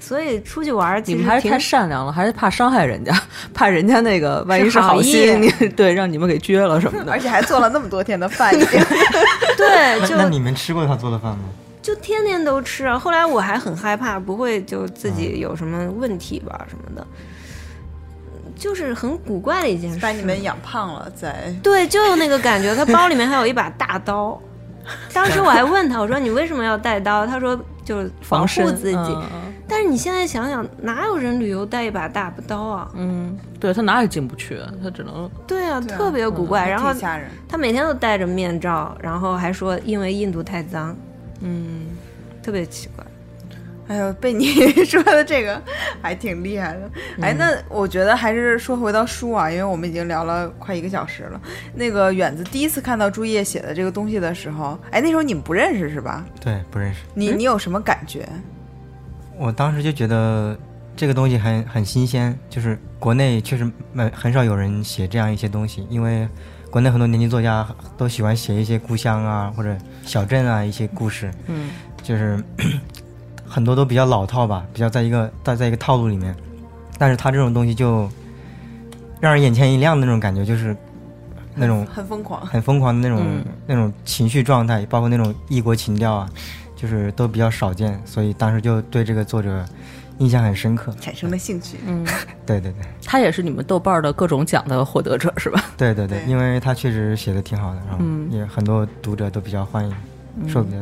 [SPEAKER 4] 所以出去玩儿，
[SPEAKER 2] 你
[SPEAKER 4] 其
[SPEAKER 2] 们
[SPEAKER 4] 实
[SPEAKER 2] 还是
[SPEAKER 4] 挺
[SPEAKER 2] 太善良了，还是怕伤害 人家，怕人家那个万一
[SPEAKER 4] 是
[SPEAKER 2] 是
[SPEAKER 4] 好
[SPEAKER 2] 好
[SPEAKER 4] 意
[SPEAKER 2] 心，你 对让你们给撅了什 么的
[SPEAKER 3] 而。且还做了那么多天的饭，已经
[SPEAKER 4] 对，
[SPEAKER 5] 那那
[SPEAKER 4] 就
[SPEAKER 5] 你们吃过他做的饭吗？
[SPEAKER 4] 就天天都吃啊。后来我还很害怕，不会就自
[SPEAKER 2] 嗯
[SPEAKER 4] 己有什么问题吧什么的，就是很古怪的一件事。
[SPEAKER 3] 把你们养胖了，在
[SPEAKER 4] 对，就有那个感觉。他包里面还有一把大刀，当时我还问他，我说你为什么要带刀？他说就是保
[SPEAKER 2] 防
[SPEAKER 4] 护
[SPEAKER 2] 身
[SPEAKER 4] 自己。
[SPEAKER 2] 嗯
[SPEAKER 4] 但是你现在想想，哪有人旅游带一把大刀啊？
[SPEAKER 2] 嗯，对他哪也进不去，他只能
[SPEAKER 4] 对啊，
[SPEAKER 3] 对啊
[SPEAKER 4] 特
[SPEAKER 2] 嗯
[SPEAKER 4] 别古怪。然后
[SPEAKER 3] 挺吓人。
[SPEAKER 4] 他每天都戴着面罩，然后还说因为印度太脏，
[SPEAKER 2] 嗯，
[SPEAKER 4] 特别奇怪。
[SPEAKER 3] 哎呦，被你 说的这个还挺厉害的。哎，
[SPEAKER 5] 嗯
[SPEAKER 3] 那我觉得还是说回到书啊，因为我们已经聊了快一个小时了。那个远子第一次看到朱叶写的这个东西的时候，哎，那时候你们不认识是吧？
[SPEAKER 5] 对，不认识。
[SPEAKER 3] 你你有什么感觉？
[SPEAKER 5] 我当时就觉得这个东西很很新鲜，就是国内确实蛮很少有人写这样一些东西，因为国内很多年轻作家都喜欢写一些故乡啊或者小镇啊一些故事，
[SPEAKER 2] 嗯，
[SPEAKER 5] 就是 很多都比较老套吧，比较在一个在在一个套路里面，但是他这种东西就让人眼前一亮的那种感觉，就是那种
[SPEAKER 3] 很疯狂，
[SPEAKER 5] 很疯狂的那种、
[SPEAKER 2] 嗯
[SPEAKER 5] 那种情绪状态，包括那种异国情调啊，就是都比较少见，所以当时就对这个作者印象很深刻。
[SPEAKER 3] 产生了兴趣。
[SPEAKER 2] 嗯
[SPEAKER 5] 对对对
[SPEAKER 2] 他也是你们豆瓣儿的各种奖的获得者是吧？
[SPEAKER 5] 对对对，
[SPEAKER 3] 对
[SPEAKER 5] 因为他确实写的挺好的，然后
[SPEAKER 2] 嗯
[SPEAKER 5] 也很多读者都比较欢迎，受比较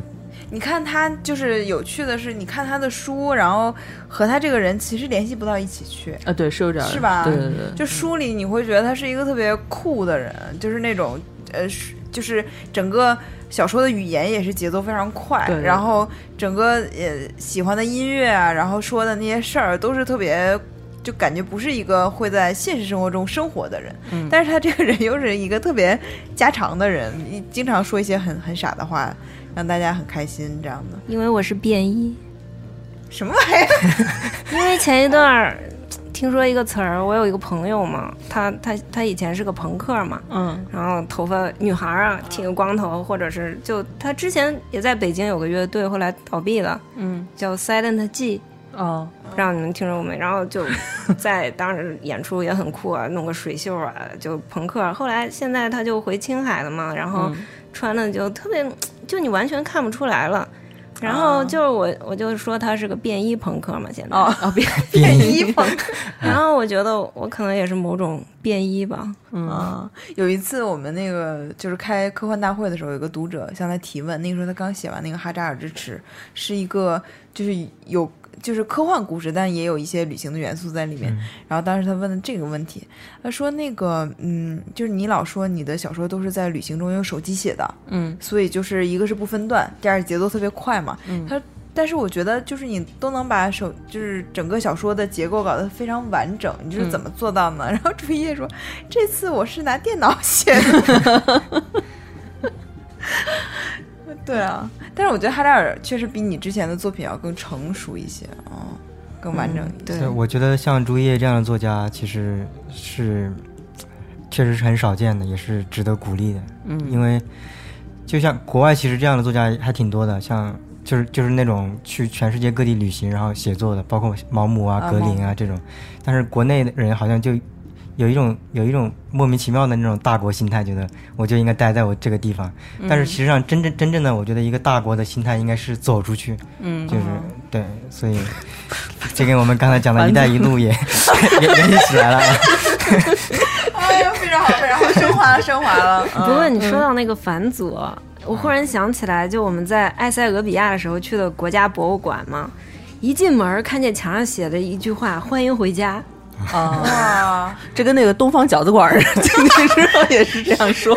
[SPEAKER 3] 你看他就是有趣的是，你看他的书，然后和他这个人其实联系不到一起去。
[SPEAKER 2] 啊，对，是有点儿
[SPEAKER 3] 是吧
[SPEAKER 2] 对对对，
[SPEAKER 3] 就书里你会觉得他是一个特别酷的人，就是那种呃，是就是整个小说的语言也是节奏非常快，
[SPEAKER 2] 对对对
[SPEAKER 3] 然后整个呃喜欢的音乐啊，然后说的那些事儿都是特别。就感觉不是一个会在现实生活中生活的人，
[SPEAKER 2] 嗯
[SPEAKER 3] 但是他这个人又是一个特别家常的人，一经常说一些很很傻的话，让大家很开心这样的。
[SPEAKER 4] 因为我是便衣，
[SPEAKER 3] 什么玩意儿？
[SPEAKER 4] 因为前一段儿听说一个词儿，我有一个朋友嘛，他他他以前是个朋克嘛，
[SPEAKER 2] 嗯
[SPEAKER 4] 然后头发女孩儿啊剃个光头，或者是就他之前也在北京有个乐队，后来倒闭了，
[SPEAKER 2] 嗯
[SPEAKER 4] 叫 Silent G，
[SPEAKER 2] 哦，
[SPEAKER 4] 不知道你们听说过没？然后就在当时演出也很酷啊，弄个水袖啊，就朋克。后来现在他就回青海了嘛，然后
[SPEAKER 2] 嗯
[SPEAKER 4] 穿的就特别，就你完全看不出来了。然后就是我，我就说他是个便衣朋克嘛，现在。
[SPEAKER 3] 哦
[SPEAKER 2] 啊 别
[SPEAKER 5] 便衣
[SPEAKER 3] 衣服。
[SPEAKER 4] 然后我觉得我可能也是某种便衣吧，
[SPEAKER 2] 嗯
[SPEAKER 3] 啊，有一次我们那个就是开科幻大会的时候，有个读者向他提问，那个时候他刚写完那个《哈扎尔之池》，是一个就是有就是科幻故事，但也有一些旅行的元素在里面。
[SPEAKER 5] 嗯
[SPEAKER 3] 然后当时他问了这个问题，他说那个嗯，就是你老说你的小说都是在旅行中用手机写的，
[SPEAKER 2] 嗯
[SPEAKER 3] 所以就是一个是不分段，第二节奏特别快嘛。
[SPEAKER 2] 嗯
[SPEAKER 3] 他但是我觉得就是你都能把手就是整个小说的结构搞得非常完整，你这
[SPEAKER 2] 嗯
[SPEAKER 3] 是怎么做到呢？然 后朱叶说，这次我是拿电脑 写的。对啊，但是我觉得哈扎尔确实比你之前的作品要更成熟一些，嗯，更完整一些。
[SPEAKER 4] 对
[SPEAKER 5] 对，我觉得像朱叶这样的作家，其实是确实是很少见的，也是值得鼓励的。
[SPEAKER 2] 嗯
[SPEAKER 5] 因为就像国外其实这样的作家还挺多的，像就是就是那种去全世界各地旅行然后写作的，包括毛姆啊、
[SPEAKER 3] 啊
[SPEAKER 5] 格林啊这种。但是国内的人好像就有一种有一种莫名其妙的那种大国心态，觉得我就应该待在我这个地方。但是实际上真正真正的，我觉得一个大国的心态应该是走出去，
[SPEAKER 2] 嗯
[SPEAKER 5] 就是对，所以这跟我们刚才讲的“一带一路也”也联系起来了啊。
[SPEAKER 3] 哎呀，非常好，非常好，升华了，升华了。
[SPEAKER 4] 不过你说到那个返祖，我忽然想起来，就我们在埃塞俄比亚的时候去的国家博物馆嘛，一进门儿看见墙上写的一句话“欢迎回家
[SPEAKER 2] 啊，
[SPEAKER 3] 哇，
[SPEAKER 2] 这跟那个东方饺子馆儿 进去之后也是这样说，”，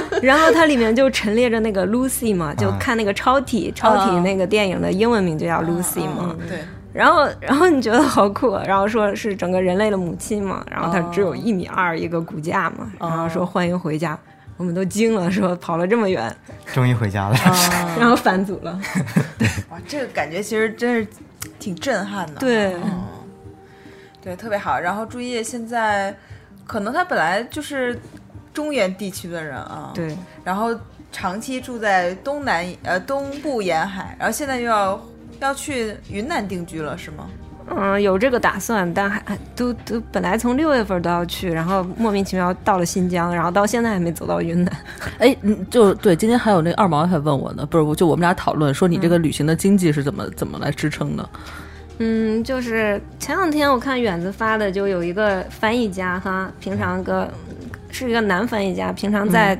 [SPEAKER 4] 然后它里面就陈列着那个 Lucy 嘛，就
[SPEAKER 5] 啊
[SPEAKER 4] 看那个超体，超体
[SPEAKER 2] 啊
[SPEAKER 4] 那个电影的英文名就叫 Lucy 嘛，
[SPEAKER 3] 嗯嗯，对，
[SPEAKER 4] 然后，然后你觉得好酷，然后说是整个人类的母亲嘛，然后它
[SPEAKER 2] 哦
[SPEAKER 4] 只有一米二一个骨架嘛，
[SPEAKER 2] 哦
[SPEAKER 3] 嗯
[SPEAKER 4] 然后说欢迎回家，我们都惊了，说跑了这么远，
[SPEAKER 5] 终于回家了。
[SPEAKER 3] 嗯
[SPEAKER 4] 然后返祖了。
[SPEAKER 3] 哇，这个感觉其实真是挺震撼的。
[SPEAKER 4] 对
[SPEAKER 3] 嗯，对，特别好。然后朱叶现在可能他本来就是中原地区的人啊，，
[SPEAKER 4] 对，
[SPEAKER 3] 然后长期住在东南呃东部沿海，然后现在又要要去云南定居了，是吗？
[SPEAKER 4] 嗯，有这个打算，但还还都都本来从六月份都要去，然后莫名其妙到了新疆，然后到现在还没走到云南。
[SPEAKER 2] 哎，嗯就对，今天还有那个二毛还问我呢，不是，我就我们俩讨论说你这个
[SPEAKER 3] 嗯
[SPEAKER 2] 旅行的经济是怎么怎么来支撑的？
[SPEAKER 4] 嗯，就是前两天我看远子发的，就有一个翻译家哈，平常个是一个男翻译家，平常在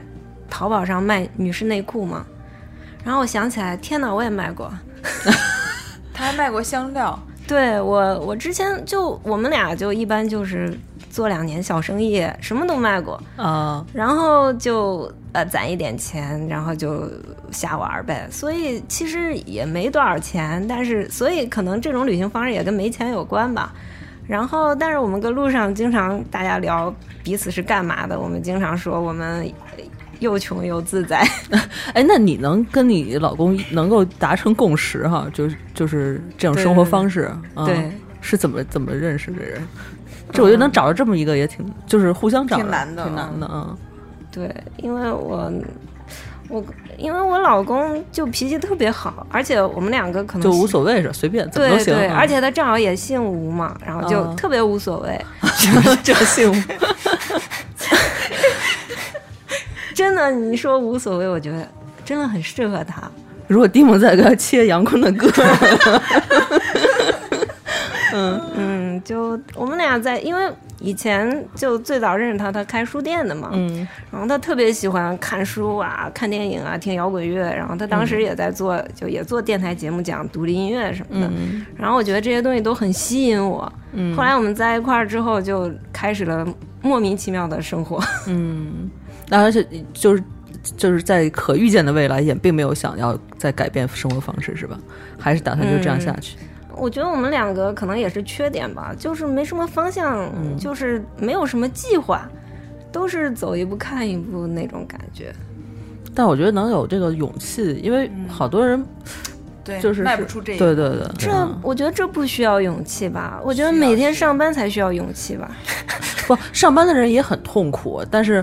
[SPEAKER 4] 淘宝上卖女士内裤嘛。然后我想起来，天哪，我也卖过。
[SPEAKER 3] 他还卖过香料，
[SPEAKER 4] 对我，我之前就我们俩就一般就是做两年小生意，什么都卖过，
[SPEAKER 3] 嗯
[SPEAKER 2] 啊，
[SPEAKER 4] 然后就呃攒一点钱，然后就瞎玩儿呗。所以其实也没多少钱，但是所以可能这种旅行方式也跟没钱有关吧。然后，但是我们跟路上经常大家聊彼此是干嘛的，我们经常说我们呃又穷又自在。
[SPEAKER 2] 哎，那你能跟你老公能够达成共识哈，就是就是这种
[SPEAKER 4] 对
[SPEAKER 2] 生活方式，啊
[SPEAKER 4] 对，
[SPEAKER 2] 是怎么怎么认识的人？这我觉得能找着这么一个也挺，就是互相找着
[SPEAKER 3] 嗯挺难的
[SPEAKER 2] 挺难的啊。
[SPEAKER 4] 对，因为我我因为我老公就脾气特别好，而且我们两个可能
[SPEAKER 2] 就无所谓是随便怎么都
[SPEAKER 4] 嗯对
[SPEAKER 2] 行
[SPEAKER 4] 对，
[SPEAKER 2] 啊，
[SPEAKER 4] 而且他正好也姓吴嘛，然后就
[SPEAKER 2] 嗯
[SPEAKER 4] 特别无所谓。
[SPEAKER 2] 这幸福，
[SPEAKER 4] 真的，你说无所谓，我觉得真的很适合他。
[SPEAKER 2] 如果蒂姆在，给他切杨坤的歌，
[SPEAKER 4] 嗯，就我们俩在，因为以前就最早认识他，他开书店的嘛，
[SPEAKER 2] 嗯
[SPEAKER 4] 然后他特别喜欢看书啊、看电影啊、听摇滚乐，然后他当时也在做，就也做电台节目讲独立音乐什么的。
[SPEAKER 2] 嗯
[SPEAKER 4] 然后我觉得这些东西都很吸引我。
[SPEAKER 2] 嗯
[SPEAKER 4] 后来我们在一块儿之后，就开始了莫名其妙的生活。
[SPEAKER 2] 嗯，那而且就是就是在可预见的未来，也并没有想要再改变生活方式，是吧？还是打算就这样下去？
[SPEAKER 4] 我觉得我们两个可能也是缺点吧，就是没什么方向，
[SPEAKER 2] 嗯
[SPEAKER 4] 就是没有什么计划，都是走一步看一步那种感觉。
[SPEAKER 2] 但我觉得能有这个勇气，因为好多人、
[SPEAKER 3] 对，
[SPEAKER 2] 就是
[SPEAKER 3] 迈不出这一步。
[SPEAKER 2] 对对对，
[SPEAKER 4] 这
[SPEAKER 2] 嗯
[SPEAKER 4] 我觉得这不需要勇气吧？我觉得
[SPEAKER 3] 需要
[SPEAKER 4] 每天上班才需要勇气吧。
[SPEAKER 2] 不上班的人也很痛苦，但是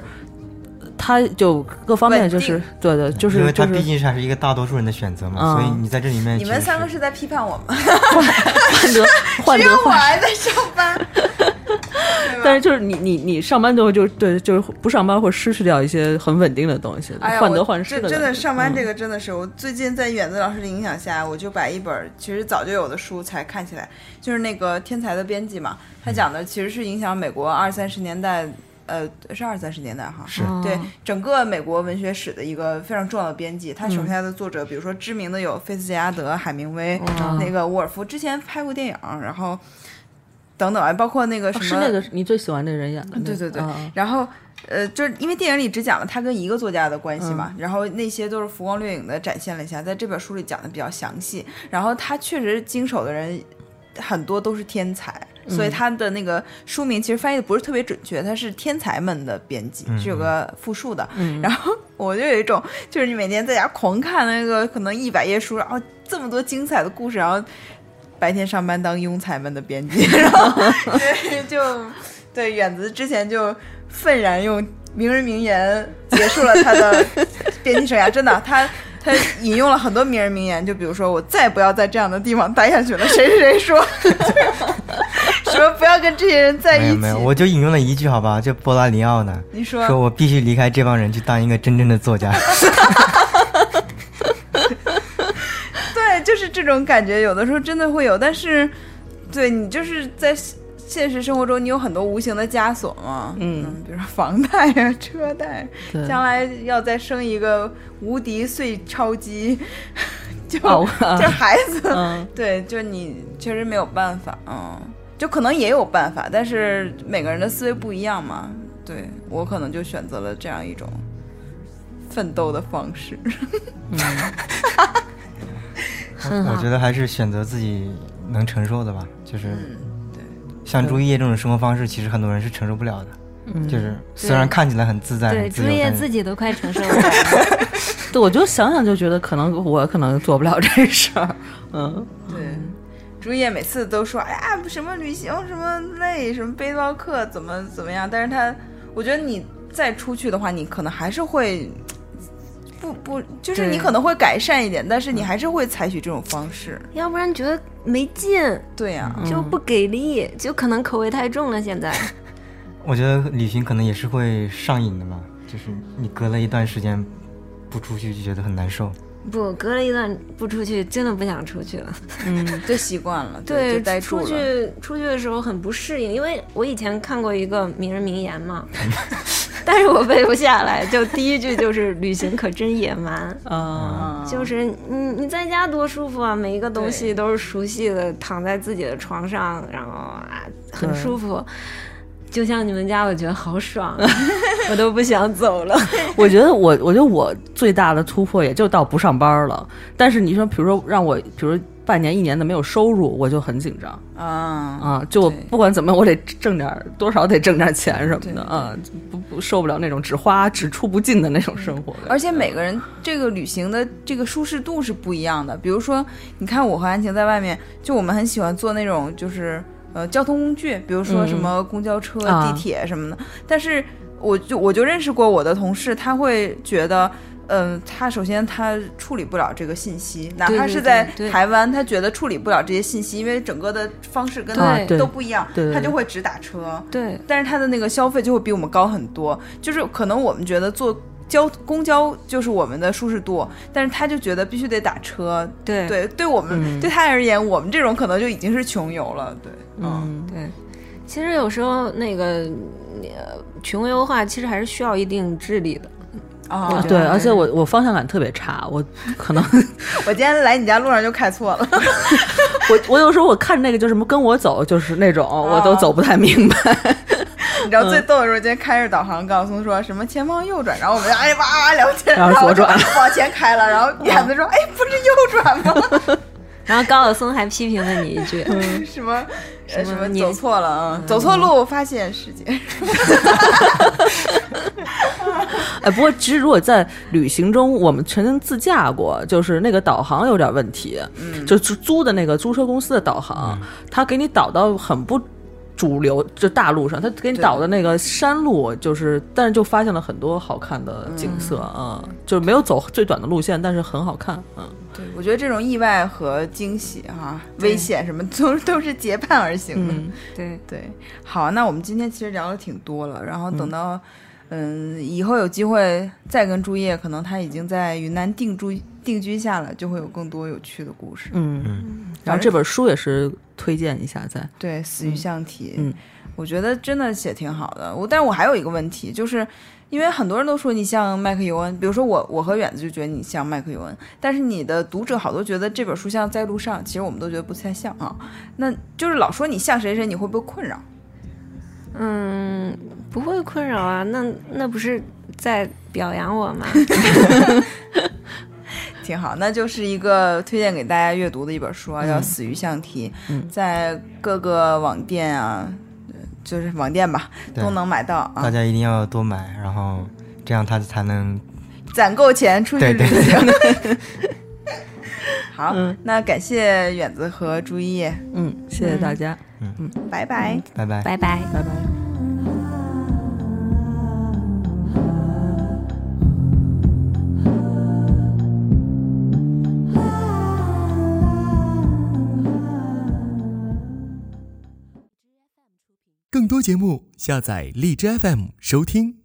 [SPEAKER 2] 他就各方面就是
[SPEAKER 3] 稳
[SPEAKER 2] 对对，就
[SPEAKER 5] 因
[SPEAKER 2] 是
[SPEAKER 5] 为
[SPEAKER 2] 就
[SPEAKER 5] 它毕
[SPEAKER 2] 是
[SPEAKER 5] 竟还是一个大多数人的选择嘛，
[SPEAKER 2] 嗯
[SPEAKER 5] 所以你在这里面
[SPEAKER 3] 你们
[SPEAKER 5] 其实
[SPEAKER 3] 三个是在批判我吗？
[SPEAKER 2] 患得患
[SPEAKER 3] 只有
[SPEAKER 2] 得
[SPEAKER 3] 我
[SPEAKER 2] 患。
[SPEAKER 3] 还在上班。
[SPEAKER 2] 但是就是你你你上班之后就对就是不上班会失去掉一些很稳定的东西，
[SPEAKER 3] 哎呀，
[SPEAKER 2] 患得
[SPEAKER 3] 我
[SPEAKER 2] 患失嗯
[SPEAKER 3] 这
[SPEAKER 2] 的
[SPEAKER 3] 真
[SPEAKER 2] 感
[SPEAKER 3] 的
[SPEAKER 2] 觉
[SPEAKER 3] 上班这个真的是，我最近在远子老师的影响下，我就把一本其实早就有的书才看起来，就是那个《天才的编辑》嘛，
[SPEAKER 2] 嗯
[SPEAKER 3] 他讲的其实是影响美国二三十年代，呃，是二三十年代哈，
[SPEAKER 5] 是
[SPEAKER 3] 对
[SPEAKER 2] 哦
[SPEAKER 3] 整个美国文学史的一个非常重要的编辑。他
[SPEAKER 2] 嗯
[SPEAKER 3] 手下的作者，比如说知名的有菲茨杰拉德、海明威，
[SPEAKER 2] 哦
[SPEAKER 3] 那个沃尔夫，之前拍过电影，然后等等啊，包括那个
[SPEAKER 2] 哦
[SPEAKER 3] 什
[SPEAKER 2] 是
[SPEAKER 3] 么，
[SPEAKER 2] 那个你最喜欢的人演的那个，
[SPEAKER 3] 对对对
[SPEAKER 2] 啊啊
[SPEAKER 3] 然后。呃，就是因为电影里只讲了他跟一个作家的关系嘛，然后那些都是浮光掠影的展现了一下，在这本书里讲的比较详细。然后他确实经手的人很多都是天才，所以他的那个书名其实翻译的不是特别准确，他是天才们的编辑，是有个复数的。然后我就有一种，就是你每天在家狂看那个可能一百页书，然后这么多精彩的故事，然后白天上班当庸才们的编辑，然后对就对远子之前就愤然用名人名言结束了他的编辑生涯，真的他。他引用了很多名人名言，就比如说“我再不要在这样的地方待下去了”，谁谁谁说，就是什么不要跟这些人在
[SPEAKER 5] 没
[SPEAKER 3] 一
[SPEAKER 5] 有
[SPEAKER 3] 起。
[SPEAKER 5] 没有，我就引用了一句好吧，就波拉尼奥呢，
[SPEAKER 3] 你
[SPEAKER 5] 说我必须离开这帮人去当一个真正的作家。
[SPEAKER 3] 对，就是这种感觉，有的时候真的会有，但是，对你就是在现现实生活中，你有很多无形的枷锁嘛，
[SPEAKER 2] 嗯
[SPEAKER 3] 比如说房贷啊、 车贷，
[SPEAKER 2] 对
[SPEAKER 3] 将来要再生一个无敌碎钞机，就、
[SPEAKER 2] 哦
[SPEAKER 3] 就孩子，
[SPEAKER 2] 嗯
[SPEAKER 3] 对，就你确实没有办法，嗯，就可能也有办法，但是每个人的思维不一样嘛，对我可能就选择了这样一种奋斗的方式。
[SPEAKER 4] 嗯
[SPEAKER 5] 我觉得还是选择自己能承受的吧，就是
[SPEAKER 3] 对
[SPEAKER 5] 像朱叶这种生活方式，其实很多人是承受不了的。就是虽然看起来很自在，
[SPEAKER 4] 对，
[SPEAKER 5] 很
[SPEAKER 4] 朱
[SPEAKER 5] 自由
[SPEAKER 4] 叶
[SPEAKER 5] 但
[SPEAKER 4] 自己都快承受不了。
[SPEAKER 2] 对，我就想想就觉得可能我可能做不了这事儿，嗯，
[SPEAKER 3] 对，朱叶每次都说，哎呀，什么旅行什么累，什么背包客怎么怎么样，但是他，我觉得你再出去的话，你可能还是会。嗯不不，就是
[SPEAKER 4] 对
[SPEAKER 3] 你可能会改善一点，但是你还是会采取这种方式。
[SPEAKER 4] 要不然觉得没劲，
[SPEAKER 3] 对啊呀、
[SPEAKER 4] 就不给力，就可能口味太重了。现在
[SPEAKER 5] 我觉得旅行可能也是会上瘾的嘛，就是你隔了一段时间不出去就觉得很难受。
[SPEAKER 4] 不隔了一段不出去，真的不想出去了。
[SPEAKER 3] 就习惯了，就
[SPEAKER 4] 嗯对，
[SPEAKER 3] 待住
[SPEAKER 4] 出
[SPEAKER 3] 了。
[SPEAKER 4] 去出去的时候很不适应，因为我以前看过一个名人名言嘛， 但是我背不下来。就第一句就是“旅行可真野蛮
[SPEAKER 2] 啊”，
[SPEAKER 3] 嗯
[SPEAKER 4] 就是你你在家多舒服啊，每一个东西都是熟悉的，躺在自己的床上，然后啊很
[SPEAKER 2] 对
[SPEAKER 4] 舒服。就像你们家，我觉得好爽啊， 我都不想走了。
[SPEAKER 2] 我觉得我，我觉得我最大的突破也就到不上班了。但是你说，比如说让我，比如说半年、一年的没有收入，我就很紧张
[SPEAKER 3] 啊，
[SPEAKER 2] 啊。就我
[SPEAKER 3] 对
[SPEAKER 2] 不管怎么，我得挣点儿多少，得挣点钱什么
[SPEAKER 3] 对嗯
[SPEAKER 2] 的啊，不不受不了那种只花只出不进的那种生活。
[SPEAKER 3] 而且每个人这个旅行的这个舒适度是不一样的。比如说，你看我和安晴在外面，就我们很喜欢坐那种就是呃交通工具，比如说什么公交车、
[SPEAKER 2] 啊
[SPEAKER 3] 地铁什么的。但是我就我就认识过我的同事，他会觉得。嗯，他首先他处理不了这个信息，哪怕
[SPEAKER 4] 对
[SPEAKER 3] 是在
[SPEAKER 4] 对对
[SPEAKER 3] 台湾，他觉得处理不了这些信息，因为整个的方式跟
[SPEAKER 4] 啊
[SPEAKER 2] 对
[SPEAKER 3] 都不一样
[SPEAKER 2] 对对，
[SPEAKER 3] 他
[SPEAKER 2] 对
[SPEAKER 3] 就会只打车。
[SPEAKER 4] 对，
[SPEAKER 3] 但是他的那个消费就会比我们高很多。就是可能我们觉得坐交公交就是我们的舒适度，但是他就觉得必须得打车。
[SPEAKER 4] 对
[SPEAKER 3] 对，对我们、对他而言，我们这种可能就已经是穷游了。对，
[SPEAKER 2] 嗯，
[SPEAKER 4] 对，其实有时候那个呃穷游的话，其实还是需要一定智力的。
[SPEAKER 3] 啊
[SPEAKER 4] 我觉得
[SPEAKER 2] 对，而且我我方向感特别差，我可能
[SPEAKER 3] 我今天来你家路上就开错了。
[SPEAKER 2] 我我有时候我看那个就什么跟我走，就是那种我
[SPEAKER 3] 啊
[SPEAKER 2] 都走不太明白。
[SPEAKER 3] 你知道最逗的时候，今天开着导航告诉说什么前方右转，然后我们就哎哇哇聊天，
[SPEAKER 2] 然后
[SPEAKER 3] 然后我
[SPEAKER 2] 左转
[SPEAKER 3] 就 往前开了，然后远子说哎不是右转吗？哎
[SPEAKER 4] 然后高晓松还批评了你一句，
[SPEAKER 3] 什么呃什
[SPEAKER 4] 什
[SPEAKER 3] 么
[SPEAKER 4] 么你
[SPEAKER 3] 走错了啊，走错路发现世界。
[SPEAKER 2] 哎，不过其实如果在旅行中，我们曾经自驾过，就是那个导航有点问题，就租租的那个租车公司的导航，他给你导到很不。主流就大路上，他给你
[SPEAKER 3] 对
[SPEAKER 2] 导的那个山路，就是，但是就发现了很多好看的景色啊、嗯就是没有走最短的路线，但是很好看，嗯，
[SPEAKER 3] 对，我觉得这种意外和惊喜哈、危险什么都都是结伴而行的。
[SPEAKER 4] 对，
[SPEAKER 3] 对，好，那我们今天其实聊的挺多了，然后等到，嗯以后有机会再跟朱叶，可能他已经在云南定住定居下了，就会有更多有趣的故事。
[SPEAKER 2] 然后这本书也是推荐一下在，
[SPEAKER 3] 对，死于象题，
[SPEAKER 2] 嗯
[SPEAKER 3] 我觉得真的写挺好的。我，但是我还有一个问题，就是因为很多人都说你像麦克尤恩，比如说我，我和远子就觉得你像麦克尤恩，但是你的读者好多觉得这本书像在路上，其实我们都觉得不太像啊。那就是老说你像谁谁，你会不会困扰？
[SPEAKER 4] 嗯，不会困扰啊，那那不是在表扬我吗？
[SPEAKER 3] 挺好，那就是一个推荐给大家阅读的一本书啊，
[SPEAKER 2] 嗯
[SPEAKER 3] 叫《死于象题》，在各个网店啊，呃就是网店吧，
[SPEAKER 5] 对
[SPEAKER 3] 都能买到
[SPEAKER 5] 大
[SPEAKER 3] 啊，
[SPEAKER 5] 家一定要多买，然后这样他才能
[SPEAKER 3] 攒够钱出去
[SPEAKER 5] 对
[SPEAKER 3] 旅
[SPEAKER 5] 对
[SPEAKER 3] 行。 好，那感谢远子和朱一叶，
[SPEAKER 2] 嗯，谢谢大家，
[SPEAKER 3] 拜拜。
[SPEAKER 5] 拜拜。
[SPEAKER 4] 拜拜。
[SPEAKER 2] 拜拜。
[SPEAKER 6] 更多节目，下载荔枝 FM 收听。